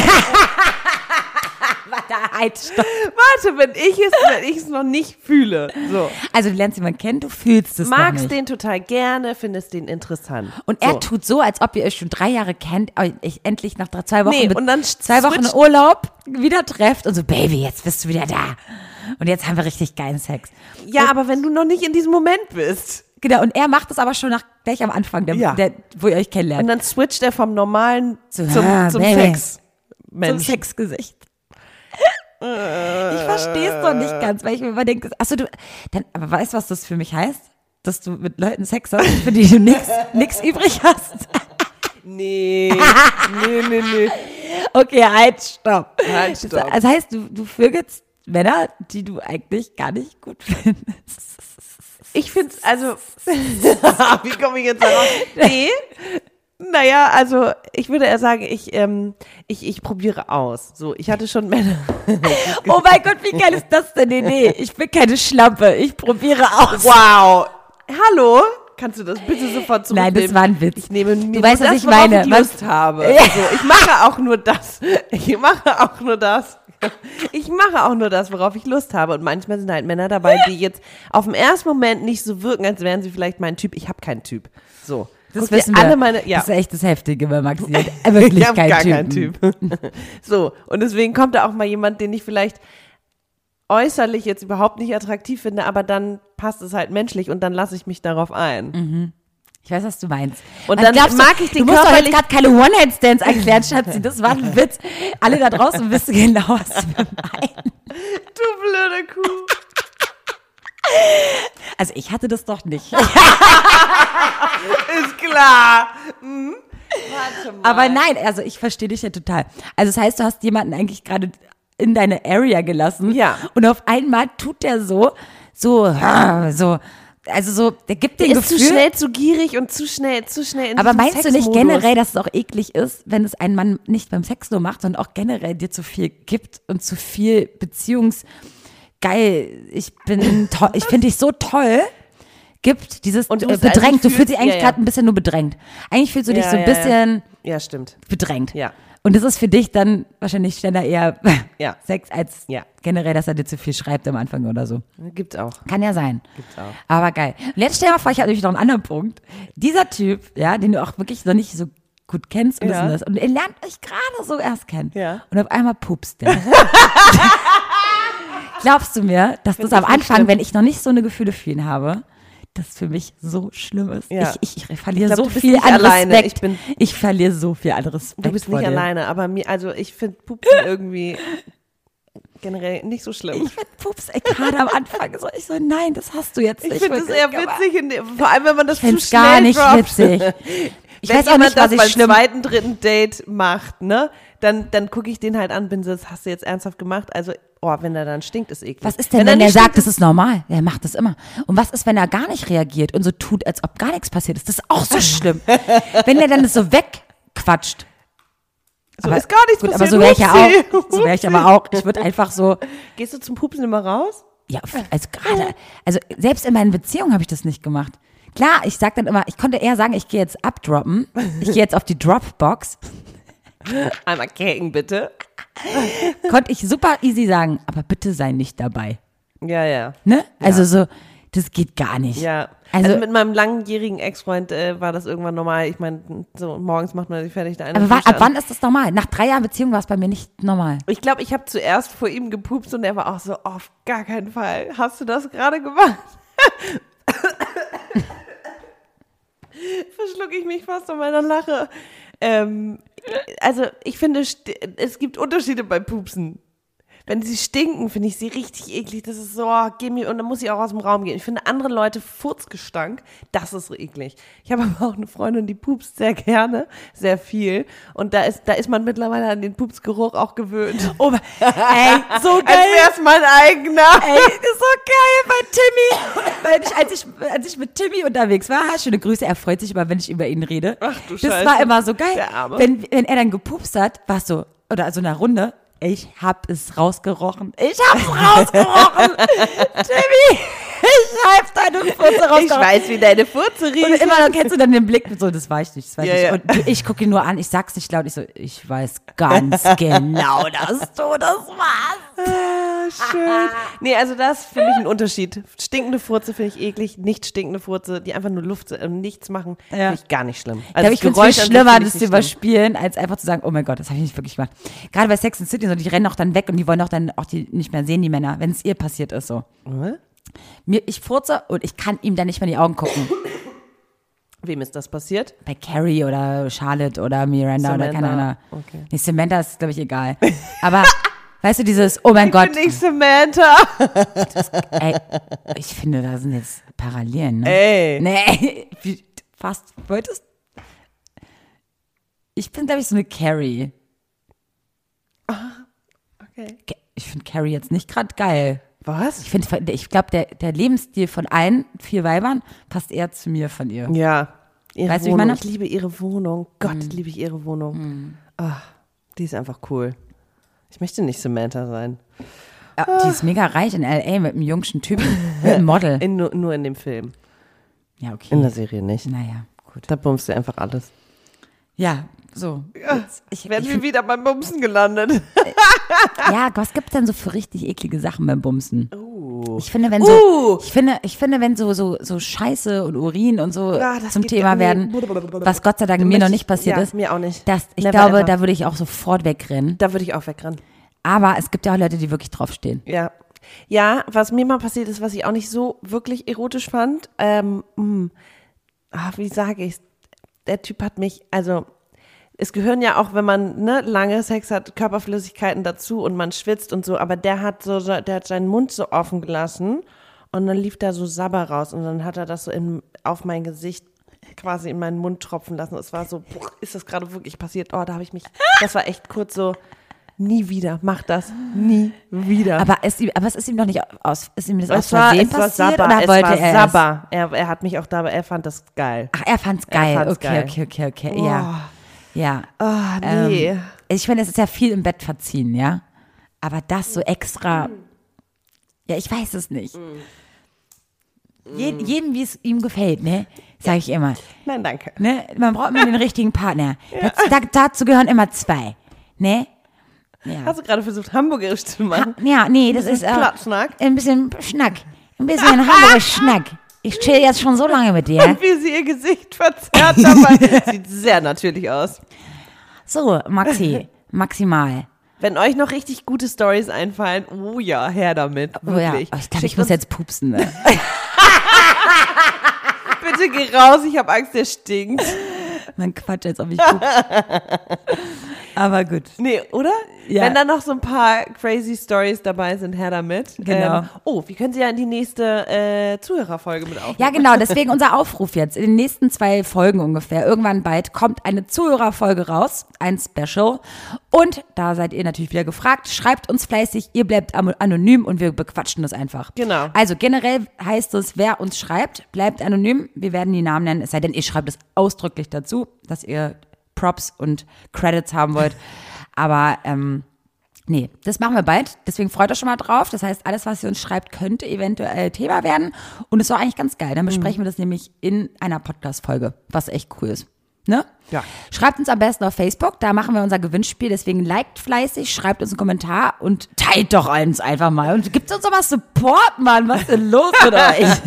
Speaker 2: warte, halt, stopp.
Speaker 1: warte, wenn ich es, wenn ich es noch nicht fühle, so.
Speaker 2: Also du lernst jemanden kennen, du fühlst es noch
Speaker 1: Magst
Speaker 2: nicht.
Speaker 1: den total gerne, findest den interessant.
Speaker 2: Und er
Speaker 1: so.
Speaker 2: tut so, als ob ihr euch schon drei Jahre kennt, aber ich endlich nach drei, zwei Wochen
Speaker 1: Nee,
Speaker 2: mit-
Speaker 1: und dann
Speaker 2: zwei Wochen
Speaker 1: switcht-
Speaker 2: Urlaub wieder trefft und so, Baby, jetzt bist du wieder da. Und jetzt haben wir richtig geilen Sex.
Speaker 1: Ja, aber wenn du noch nicht in diesem Moment bist.
Speaker 2: Genau, und er macht das aber schon nach, gleich am Anfang, der,
Speaker 1: Ja.
Speaker 2: der, wo ihr euch
Speaker 1: Und
Speaker 2: kennenlernt.
Speaker 1: dann switcht er vom normalen
Speaker 2: So,
Speaker 1: zum, zum
Speaker 2: ah, Baby.
Speaker 1: Sex.
Speaker 2: Zum
Speaker 1: Mensch.
Speaker 2: Sexgesicht. (laughs) Ich verstehe es doch nicht ganz, weil ich mir immer denke, achso, du, dann, aber weißt du, was das für mich heißt? Dass du mit Leuten Sex hast, für die du nichts nix übrig hast. (laughs)
Speaker 1: Nee, nee, nee, nee.
Speaker 2: Okay, halt, stopp.
Speaker 1: Halt, stopp.
Speaker 2: also Das heißt, du, du vögelst Männer, die du eigentlich gar nicht gut (laughs) findest.
Speaker 1: Ich find's,
Speaker 2: (laughs)
Speaker 1: also, wie komme ich jetzt darauf? (laughs) Nee. Naja, also ich würde eher sagen, ich, ähm, ich, ich probiere aus. So, ich hatte schon
Speaker 2: (laughs)
Speaker 1: Männer.
Speaker 2: Oh mein Gott, wie geil ist das denn? Nee, nee, ich bin keine Schlampe. Ich probiere aus.
Speaker 1: Wow. Hallo? Kannst du das bitte sofort zurücknehmen?
Speaker 2: Nein, das war ein Witz.
Speaker 1: Ich nehme mir
Speaker 2: du weißt,
Speaker 1: nur
Speaker 2: was
Speaker 1: das,
Speaker 2: ich meine.
Speaker 1: worauf Ich
Speaker 2: Was-
Speaker 1: Lust
Speaker 2: (laughs)
Speaker 1: habe. So, ich mache auch nur das. Ich mache auch nur das. Ich mache auch nur das, worauf ich Lust habe. Und manchmal sind halt Männer dabei, die jetzt auf den ersten Moment nicht so wirken, als wären sie vielleicht mein Typ. Ich habe keinen Typ. So. Guck
Speaker 2: Das
Speaker 1: dir
Speaker 2: wissen wir.
Speaker 1: alle meine. Ja.
Speaker 2: Das ist echt das Heftige bei Maxi. (laughs) Er hat Wirklich
Speaker 1: Ich hab
Speaker 2: kein
Speaker 1: gar
Speaker 2: Typen.
Speaker 1: keinen Typ. (laughs) so, und deswegen kommt da auch mal jemand, den ich vielleicht äußerlich jetzt überhaupt nicht attraktiv finde, aber dann passt es halt menschlich und dann lasse ich mich darauf ein.
Speaker 2: Mhm. Ich weiß, was du meinst.
Speaker 1: Und
Speaker 2: Was
Speaker 1: dann
Speaker 2: glaubst
Speaker 1: mag
Speaker 2: du,
Speaker 1: ich den
Speaker 2: Du musst doch jetzt
Speaker 1: körperlich-
Speaker 2: gerade keine One-Hand-Stands erklären, Schatzi. Das war ein Witz. Alle da draußen wissen genau, was wir (laughs) meinen.
Speaker 1: Du blöde Kuh.
Speaker 2: Also ich hatte das doch nicht.
Speaker 1: Ist klar. Mhm. Warte mal.
Speaker 2: Aber nein, also ich verstehe dich ja total. Also das heißt, du hast jemanden eigentlich gerade in deine Area gelassen.
Speaker 1: Ja.
Speaker 2: Und auf einmal tut der so, so, ah, so, also so, der gibt dir ein
Speaker 1: ist
Speaker 2: Gefühl.
Speaker 1: zu schnell, zu gierig und zu schnell, zu schnell in
Speaker 2: Aber
Speaker 1: diesen
Speaker 2: meinst du nicht
Speaker 1: Sexmodus.
Speaker 2: generell, dass es auch eklig ist, wenn es ein Mann nicht beim Sex nur macht, sondern auch generell dir zu viel gibt und zu viel Beziehungs geil, ich
Speaker 1: (laughs)
Speaker 2: bin toll, ich finde dich so toll gibt dieses
Speaker 1: Und äh,
Speaker 2: und,
Speaker 1: du es
Speaker 2: bedrängt,
Speaker 1: eigentlich
Speaker 2: du fühlst dich
Speaker 1: fühlst,
Speaker 2: eigentlich
Speaker 1: ja, ja.
Speaker 2: gerade ein bisschen nur bedrängt. Eigentlich fühlst du dich
Speaker 1: Ja,
Speaker 2: so
Speaker 1: ja,
Speaker 2: ein bisschen
Speaker 1: Ja, stimmt.
Speaker 2: bedrängt.
Speaker 1: Ja.
Speaker 2: Und das ist für dich dann wahrscheinlich schneller eher (laughs)
Speaker 1: Ja.
Speaker 2: Sex als
Speaker 1: Ja.
Speaker 2: generell, dass er dir zu viel schreibt am Anfang oder so.
Speaker 1: Gibt's auch.
Speaker 2: Kann ja sein.
Speaker 1: Gibt's auch.
Speaker 2: Aber geil. Und jetzt stell dir mal vor, ich habe nämlich noch einen anderen Punkt. Dieser Typ, ja, den du auch wirklich noch nicht so gut kennst und
Speaker 1: Ja.
Speaker 2: das und das. Und er lernt euch gerade so erst kennen.
Speaker 1: Ja.
Speaker 2: Und auf einmal pupst der. (laughs) Glaubst du mir, dass das am Anfang, wenn ich noch nicht so eine Gefühle für ihn habe, das für mich so schlimm ist.
Speaker 1: Ja.
Speaker 2: Ich, ich, ich verliere
Speaker 1: glaub,
Speaker 2: so
Speaker 1: du bist
Speaker 2: viel
Speaker 1: nicht
Speaker 2: an
Speaker 1: alleine.
Speaker 2: Respekt.
Speaker 1: Ich bin-
Speaker 2: ich verliere so viel an Respekt.
Speaker 1: Du bist
Speaker 2: vor
Speaker 1: nicht
Speaker 2: dir.
Speaker 1: alleine, aber mir, also ich finde Pupsen irgendwie generell nicht so schlimm.
Speaker 2: Ich bin pups, ey, gerade am Anfang. So, ich so, nein, das hast du jetzt
Speaker 1: Ich,
Speaker 2: nicht.
Speaker 1: finde es
Speaker 2: wirklich
Speaker 1: eher
Speaker 2: gemacht.
Speaker 1: witzig, in, dem- vor allem wenn man das
Speaker 2: Ich
Speaker 1: zu
Speaker 2: finde
Speaker 1: schnell
Speaker 2: gar nicht
Speaker 1: droppt.
Speaker 2: witzig.
Speaker 1: (laughs)
Speaker 2: Ich
Speaker 1: Wenn
Speaker 2: weiß auch nicht,
Speaker 1: jemand
Speaker 2: was
Speaker 1: das
Speaker 2: ich
Speaker 1: beim
Speaker 2: schlimm
Speaker 1: zweiten, dritten Date macht, ne, dann, dann gucke ich den halt an, bin so, das hast du jetzt ernsthaft gemacht. Also, oh, wenn er dann stinkt, ist eklig.
Speaker 2: Was ist denn, wenn,
Speaker 1: er
Speaker 2: er
Speaker 1: nicht
Speaker 2: sagt,
Speaker 1: stinkt,
Speaker 2: das ist normal? Er macht das immer. Und was ist, wenn er gar nicht reagiert und so tut, als ob gar nichts passiert ist? Das ist auch
Speaker 1: (laughs)
Speaker 2: so schlimm. wenn er dann das so wegquatscht.
Speaker 1: so ist gar nichts
Speaker 2: gut,
Speaker 1: passiert.
Speaker 2: aber so wäre ich ja
Speaker 1: Upsi. (laughs)
Speaker 2: auch. So wäre ich aber auch. Ich würde einfach so,
Speaker 1: Gehst du zum Pupsen immer raus?
Speaker 2: ja,
Speaker 1: (laughs)
Speaker 2: also gerade, also selbst in meinen Beziehungen habe ich das nicht gemacht. Klar, ich sag dann immer, ich konnte eher sagen, ich gehe jetzt abdroppen. Ich gehe jetzt auf die Dropbox.
Speaker 1: Einmal keken, bitte.
Speaker 2: Konnte ich super easy sagen, aber bitte sei nicht dabei.
Speaker 1: Ja, ja.
Speaker 2: Ne? Also so, das geht gar nicht.
Speaker 1: Ja. Also,
Speaker 2: Also-
Speaker 1: mit meinem langjährigen Ex-Freund äh, war das irgendwann normal. Ich meine, so morgens macht man sich fertig. Der eine
Speaker 2: Aber wa-
Speaker 1: fängt
Speaker 2: ab
Speaker 1: an.
Speaker 2: wann ist das normal? Nach drei Jahren Beziehung war es bei mir nicht normal.
Speaker 1: Ich glaube, ich habe zuerst vor ihm gepupst und er war auch so, "Oh, auf gar keinen Fall. Hast du das gerade gemacht? Verschluck ich mich mich fast an meiner Lache. Ähm, also ich finde, sti- es gibt Unterschiede bei Pupsen. Wenn sie stinken, finde ich sie richtig eklig. Das ist so, oh, geh mir, und dann muss ich auch aus dem Raum gehen. Ich finde andere Leute Furzgestank, das ist so eklig. Ich habe aber auch eine Freundin, die pupst sehr gerne, sehr viel. Und da ist, da ist man mittlerweile an den Pupsgeruch auch gewöhnt. (laughs)
Speaker 2: Oh, (laughs) ey, so
Speaker 1: Als
Speaker 2: geil.
Speaker 1: wäre es mein eigener. (laughs)
Speaker 2: (laughs) Ey, das ist so geil bei Timmy. Weil ich, als, ich, als ich mit Timmy unterwegs war, ha, schöne Grüße, er freut sich immer, wenn ich über ihn rede.
Speaker 1: Ach, du
Speaker 2: das
Speaker 1: Scheiße.
Speaker 2: war immer so geil.
Speaker 1: Der Arme.
Speaker 2: Wenn, wenn er dann gepupst hat, war es so, oder so in einer Runde, ich hab es rausgerochen. Ich hab's rausgerochen. (laughs) Timmy, ich hab deine Putze rausgerochen.
Speaker 1: Ich weiß, wie deine Furze riecht.
Speaker 2: Und immer noch kennst du dann den Blick mit so, das war ich nicht, das war ich
Speaker 1: Ja,
Speaker 2: nicht.
Speaker 1: ja.
Speaker 2: Und ich gucke ihn nur an, ich sag's nicht laut, ich so, ich weiß
Speaker 1: (laughs)
Speaker 2: ganz genau, dass du das warst.
Speaker 1: Schön. Nee, also das ist für mich ein Unterschied. Stinkende Furze finde ich eklig, nicht stinkende Furze, die einfach nur Luft, äh, nichts machen,
Speaker 2: Ja.
Speaker 1: finde ich gar nicht schlimm.
Speaker 2: Also
Speaker 1: das
Speaker 2: ich finde es
Speaker 1: Geräusch an sich
Speaker 2: schlimmer,
Speaker 1: finde ich
Speaker 2: das zu
Speaker 1: nicht schlimm.
Speaker 2: überspielen, als einfach zu sagen, oh mein Gott, das habe ich nicht wirklich gemacht. Gerade bei Sex and City, so, die rennen auch dann weg und die wollen auch dann auch die nicht mehr sehen, die Männer, wenn es ihr passiert ist, so.
Speaker 1: Hä?
Speaker 2: Mir, ich furze und ich kann ihm dann nicht mehr in die
Speaker 1: (laughs)
Speaker 2: Augen gucken.
Speaker 1: Wem ist das passiert?
Speaker 2: bei Carrie oder Charlotte oder Miranda oder keine Ahnung.
Speaker 1: Samantha. Okay.
Speaker 2: Nee, Samantha ist, glaube ich, egal. Aber, weißt du, dieses, oh
Speaker 1: (laughs)
Speaker 2: mein Gott,
Speaker 1: Bin ich Samantha?
Speaker 2: Ey, ich finde, da sind jetzt Parallelen, ne?
Speaker 1: Ey.
Speaker 2: Nee, (laughs) wie, du fast wolltest. Ich bin, glaube ich, so eine Carrie.
Speaker 1: Okay.
Speaker 2: Ca- Ich finde Carrie jetzt nicht gerade geil.
Speaker 1: Was?
Speaker 2: Ich, find- ich glaube, der, der Lebensstil von allen vier Weibern passt eher zu mir von
Speaker 1: Oh.
Speaker 2: ihr.
Speaker 1: Ja. Ihre
Speaker 2: Weißt du, wie Hm. ich
Speaker 1: Wohnung.
Speaker 2: meine?
Speaker 1: ich liebe ihre Wohnung. Gott, liebe ich ihre Wohnung.
Speaker 2: Hm.
Speaker 1: Ah, die ist einfach cool. Ich möchte nicht Samantha sein.
Speaker 2: Ah, Die ist mega reich in L.A. mit einem jungschen Typen, mit einem Model.
Speaker 1: In, nur, nur in dem Film.
Speaker 2: Ja,
Speaker 1: In
Speaker 2: okay.
Speaker 1: der Serie nicht.
Speaker 2: Naja, gut.
Speaker 1: Da bummst du einfach alles.
Speaker 2: Ja, so. Jetzt- Ich, ich
Speaker 1: Werden wir wieder beim Bumsen gelandet.
Speaker 2: Ja, was gibt's denn so für richtig eklige Sachen beim Bumsen? Ich finde, wenn
Speaker 1: Uh.
Speaker 2: so, ich finde, ich finde, wenn so, so, so Scheiße und Urin und so
Speaker 1: Ah, das
Speaker 2: zum
Speaker 1: geht
Speaker 2: Thema
Speaker 1: mir-
Speaker 2: werden, was Gott sei Dank mir noch nicht passiert
Speaker 1: ja,
Speaker 2: ist,
Speaker 1: mir auch nicht.
Speaker 2: dass, ich
Speaker 1: Never
Speaker 2: glaube,
Speaker 1: ever.
Speaker 2: da würde ich auch sofort wegrennen.
Speaker 1: Da würde ich auch wegrennen.
Speaker 2: Aber es gibt ja auch Leute, die wirklich draufstehen.
Speaker 1: Ja. Ja, was mir mal passiert ist, was ich auch nicht so wirklich erotisch fand, ähm, mh, ah, wie sage ich Der Typ hat mich, also es gehören ja auch, wenn man ne, lange Sex hat, Körperflüssigkeiten dazu und man schwitzt und so, aber der hat so, so- der hat seinen Mund so offen gelassen und dann lief da so Sabber raus und dann hat er das so in, auf mein Gesicht quasi in meinen Mund tropfen lassen. Es war so, boah, ist das gerade wirklich passiert? Oh, da habe ich mich, das war echt kurz so, nie wieder, mach das, nie wieder.
Speaker 2: Aber es, aber es ist ihm doch nicht aus, ist ihm das aus
Speaker 1: Es war,
Speaker 2: Versehen
Speaker 1: es war
Speaker 2: passiert
Speaker 1: Sabba,
Speaker 2: oder
Speaker 1: es
Speaker 2: wollte
Speaker 1: war
Speaker 2: er es?
Speaker 1: Sabba. Er, er hat mich auch dabei, er fand das geil.
Speaker 2: Ach, er fand's geil.
Speaker 1: fand's
Speaker 2: okay,
Speaker 1: geil.
Speaker 2: okay, okay, okay, ja, ja.
Speaker 1: Ah, nee.
Speaker 2: Ähm, ich meine, es ist ja viel im Bett verziehen, ja. Aber das so extra.
Speaker 1: Mm.
Speaker 2: Ja, ich weiß es nicht.
Speaker 1: Mm.
Speaker 2: Jed, jedem, wie es ihm gefällt, ne? Sag ich immer.
Speaker 1: Nein, danke.
Speaker 2: Ne? Man braucht immer den
Speaker 1: (laughs)
Speaker 2: richtigen Partner. Dazu, da, dazu gehören immer zwei. Ne? Ja.
Speaker 1: Hast du gerade versucht, hamburgerisch zu
Speaker 2: (laughs)
Speaker 1: machen?
Speaker 2: ja, nee, das ist auch
Speaker 1: Platschnack.
Speaker 2: ein bisschen Schnack. Ein bisschen
Speaker 1: (laughs)
Speaker 2: Hamburger Schnack. Ich chill jetzt schon so lange mit dir.
Speaker 1: Und wie sie ihr Gesicht verzerrt
Speaker 2: (laughs)
Speaker 1: dabei. Sieht sehr natürlich aus.
Speaker 2: So, Maxi, maximal.
Speaker 1: Wenn euch noch richtig gute Stories einfallen, oh ja, her damit.
Speaker 2: Oh ja,
Speaker 1: Wirklich.
Speaker 2: Oh, ich glaube, ich
Speaker 1: Schickt
Speaker 2: muss
Speaker 1: uns-
Speaker 2: jetzt pupsen. Ne?
Speaker 1: Bitte geh raus, ich habe Angst, der
Speaker 2: (laughs)
Speaker 1: stinkt.
Speaker 2: Man quatscht jetzt, ob ich (laughs) pupse. Aber gut.
Speaker 1: Nee, oder?
Speaker 2: Ja.
Speaker 1: Wenn da noch so ein paar crazy Stories dabei sind, her damit.
Speaker 2: Genau.
Speaker 1: Ähm, oh, wir können sie ja in die nächste äh, Zuhörerfolge mit aufnehmen.
Speaker 2: Ja, genau, deswegen unser Aufruf jetzt. In den nächsten zwei Folgen ungefähr, irgendwann bald, kommt eine Zuhörerfolge raus, ein Special. Und da seid ihr natürlich wieder gefragt. Schreibt uns fleißig, ihr bleibt am- anonym und wir bequatschen das einfach.
Speaker 1: Genau.
Speaker 2: Also generell heißt es, wer uns schreibt, bleibt anonym. Wir werden die Namen nennen, es sei denn, ihr schreibt es ausdrücklich dazu, dass ihr Props und Credits haben wollt. Aber ähm, Nee, das machen wir bald. Deswegen freut euch schon mal drauf. Das heißt, alles, was ihr uns schreibt, könnte eventuell Thema werden. Und es war eigentlich ganz geil.
Speaker 1: Mhm.
Speaker 2: Dann besprechen wir das nämlich in einer Podcast-Folge, was echt cool ist. Ne?
Speaker 1: Ja.
Speaker 2: Schreibt uns am besten auf Facebook, da machen wir unser Gewinnspiel. Deswegen liked fleißig, schreibt uns einen Kommentar und teilt doch uns einfach mal. Und gibt uns doch mal Support, Mann. Was ist denn los
Speaker 1: (laughs)
Speaker 2: mit euch?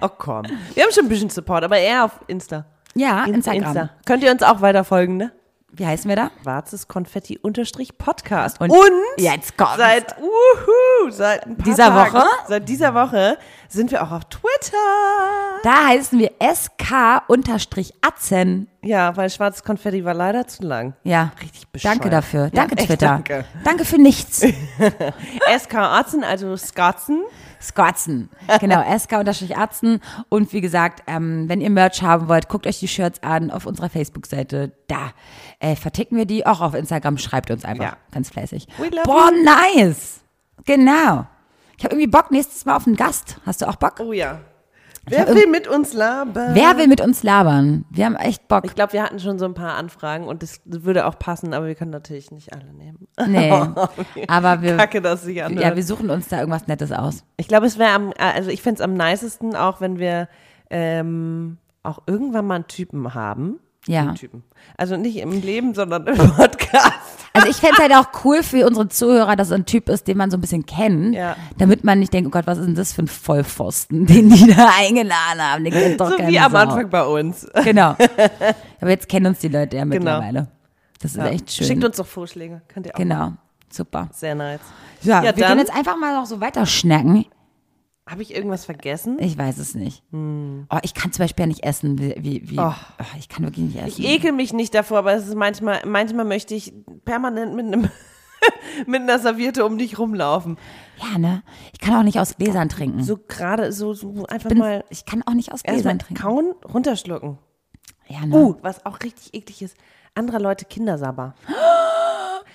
Speaker 1: Oh komm. Wir haben schon ein bisschen Support, aber eher auf Insta.
Speaker 2: Ja,
Speaker 1: In-
Speaker 2: Instagram.
Speaker 1: Könnt ihr uns auch weiter folgen, ne?
Speaker 2: Wie heißen wir da?
Speaker 1: Schwarzes Konfetti unterstrich Podcast.
Speaker 2: Und jetzt kommt's.
Speaker 1: Seit, uhu, seit ein paar
Speaker 2: Dieser
Speaker 1: Tagen,
Speaker 2: Woche?
Speaker 1: Seit dieser Woche sind wir auch auf Twitter.
Speaker 2: Da heißen wir SK-Atzen.
Speaker 1: Ja, weil schwarzes Konfetti war leider zu lang.
Speaker 2: Ja.
Speaker 1: Richtig bescheuert.
Speaker 2: Danke dafür.
Speaker 1: Ja,
Speaker 2: danke,
Speaker 1: echt
Speaker 2: Twitter.
Speaker 1: danke.
Speaker 2: danke für nichts. Ah!
Speaker 1: SK Arzen, also Skatzen.
Speaker 2: Skotzen.
Speaker 1: (laughs)
Speaker 2: Genau, SK-Atzen. Und wie gesagt, ähm, wenn ihr Merch haben wollt, guckt euch die Shirts an auf unserer Facebook-Seite. Da äh, verticken wir die auch auf Instagram. Schreibt uns einfach
Speaker 1: Ja.
Speaker 2: ganz fleißig.
Speaker 1: We love
Speaker 2: Boah, nice. Genau. Ich habe irgendwie Bock nächstes Mal auf einen Gast. Hast du auch Bock?
Speaker 1: Oh ja. Wer
Speaker 2: hab irg-
Speaker 1: will mit uns labern?
Speaker 2: Wer will mit uns labern? Wir haben echt
Speaker 1: (laughs)
Speaker 2: Bock.
Speaker 1: Ich glaube, wir hatten schon so ein paar Anfragen und das würde auch passen, aber wir können natürlich nicht alle nehmen. (laughs)
Speaker 2: Nee. Aber wir,
Speaker 1: Kacke, dass sich anhört.
Speaker 2: ja, wir suchen uns da irgendwas Nettes aus.
Speaker 1: Ich glaube, es wäre am, also ich fände es am nicesten, auch wenn wir ähm, auch irgendwann mal einen Typen haben.
Speaker 2: Ja.
Speaker 1: Einen Typen. Also nicht im Leben, sondern im Podcast.
Speaker 2: Also ich fänd's halt auch cool für unsere Zuhörer, dass es ein Typ ist, den man so ein bisschen kennt,
Speaker 1: Ja.
Speaker 2: damit man nicht denkt, oh Gott, was ist denn das für ein Vollpfosten, (laughs) den die da eingeladen haben. Den kennt doch
Speaker 1: so
Speaker 2: keine
Speaker 1: wie am
Speaker 2: Sau.
Speaker 1: Anfang bei uns. (laughs)
Speaker 2: Genau. Aber jetzt kennen uns die Leute ja mittlerweile. Das ist
Speaker 1: (laughs)
Speaker 2: echt schön.
Speaker 1: Genau. Schickt uns doch Vorschläge. Könnt ihr auch.
Speaker 2: genau. Super.
Speaker 1: Sehr nice.
Speaker 2: Ja,
Speaker 1: Ja,
Speaker 2: wir
Speaker 1: dann-
Speaker 2: können jetzt einfach mal noch so weiter schnacken.
Speaker 1: Habe ich irgendwas vergessen?
Speaker 2: Ich weiß es nicht. Oh, ich kann zum Beispiel ja nicht essen. Wie, wie, wie.
Speaker 1: Hm. Oh.
Speaker 2: Oh, ich kann wirklich nicht essen.
Speaker 1: Ich ekel mich nicht davor, aber es ist manchmal, manchmal möchte ich permanent mit einem (laughs) mit einer Serviette um dich rumlaufen.
Speaker 2: ja, ne? Ich kann auch nicht aus Gläsern trinken.
Speaker 1: So gerade, so, so einfach
Speaker 2: Bin-
Speaker 1: mal
Speaker 2: ich kann auch nicht aus
Speaker 1: erstmal
Speaker 2: Gläsern trinken.
Speaker 1: kauen, runterschlucken.
Speaker 2: Ja, ne?
Speaker 1: Uh, was auch richtig eklig ist, anderer Leute
Speaker 2: (gasps)
Speaker 1: Kindersabber.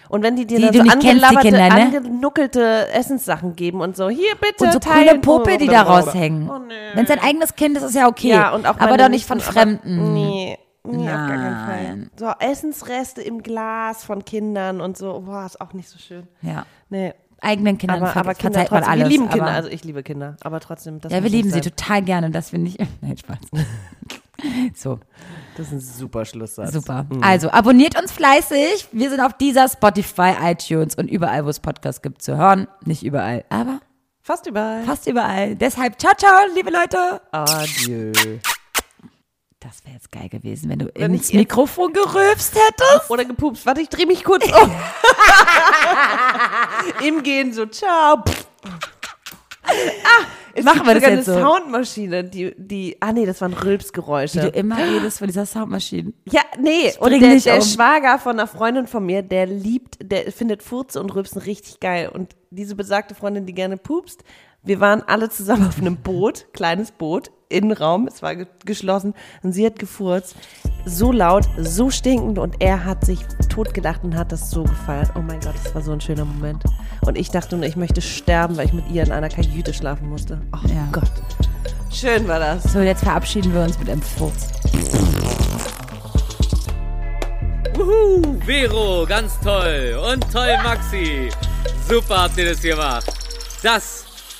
Speaker 1: Und wenn die dir
Speaker 2: Die
Speaker 1: dann
Speaker 2: du
Speaker 1: so
Speaker 2: nicht kennst, die
Speaker 1: angelaberte,
Speaker 2: Kinder, ne?
Speaker 1: angenuckelte Essenssachen geben und so, hier bitte
Speaker 2: Und so
Speaker 1: teilen.
Speaker 2: grüne Popel, die da raushängen.
Speaker 1: Oh, nee.
Speaker 2: Wenn es dein eigenes Kind ist, ist ja okay.
Speaker 1: Ja, und auch
Speaker 2: aber
Speaker 1: meine
Speaker 2: doch nicht von
Speaker 1: Nichten, aber- mm.
Speaker 2: Fremden.
Speaker 1: Nee, nee auf gar keinen Fall. So Essensreste im Glas von Kindern und so, boah, ist auch nicht so schön.
Speaker 2: Ja.
Speaker 1: Nee,
Speaker 2: Eigenen Kindern
Speaker 1: aber,
Speaker 2: ver
Speaker 1: aber Kinder
Speaker 2: verzeiht man
Speaker 1: trotzdem,
Speaker 2: alles.
Speaker 1: wir lieben
Speaker 2: aber,
Speaker 1: Kinder, also ich liebe Kinder, aber trotzdem. Das
Speaker 2: ja, wir
Speaker 1: muss
Speaker 2: lieben
Speaker 1: nicht
Speaker 2: sie
Speaker 1: sein.
Speaker 2: total gerne, dass wir nicht. (laughs) Nein, Spaß. so,
Speaker 1: Das mm. ist ein super Schlusssatz.
Speaker 2: super. Also, abonniert uns fleißig. Wir sind auf dieser Spotify, iTunes und überall, wo es Podcasts gibt, zu hören. Nicht überall, aber
Speaker 1: Fast überall.
Speaker 2: fast überall. Deshalb, ciao, ciao, liebe Leute.
Speaker 1: Adieu.
Speaker 2: Das wäre jetzt geil gewesen, wenn du
Speaker 1: Wenn
Speaker 2: ins
Speaker 1: ich-
Speaker 2: Mikrofon gerülpst hättest.
Speaker 1: Oder gepupst. Warte, ich drehe mich (laughs) kurz um. Im Gehen so, ciao. Pff. Ah, es
Speaker 2: Machen
Speaker 1: gibt
Speaker 2: wir das
Speaker 1: sogar
Speaker 2: jetzt
Speaker 1: eine
Speaker 2: so.
Speaker 1: Soundmaschine, die, die, ah nee, das waren
Speaker 2: Wie du
Speaker 1: Rülpsgeräusche.
Speaker 2: immer redest von dieser Soundmaschine.
Speaker 1: Ja, nee, und
Speaker 2: bring
Speaker 1: der,
Speaker 2: dich
Speaker 1: der
Speaker 2: um.
Speaker 1: Schwager von einer Freundin von mir, der liebt, der findet Furze und Rülpsen richtig geil. Und diese besagte Freundin, die gerne pupst, wir waren alle zusammen auf einem Boot, kleines Boot, Innenraum, es war ge geschlossen und sie hat gefurzt. So laut, so stinkend und er hat sich tot gedacht und hat das so gefeiert. Oh mein Gott, das war so ein schöner Moment. Und ich dachte nur, ich möchte sterben, weil ich mit ihr in einer Kajüte schlafen musste. Oh
Speaker 2: Ja.
Speaker 1: Gott. Schön war das.
Speaker 2: So, jetzt verabschieden wir uns mit einem Furz.
Speaker 3: Wuhu, Vero, ganz toll. Und toll, Maxi. Super habt ihr das gemacht. Das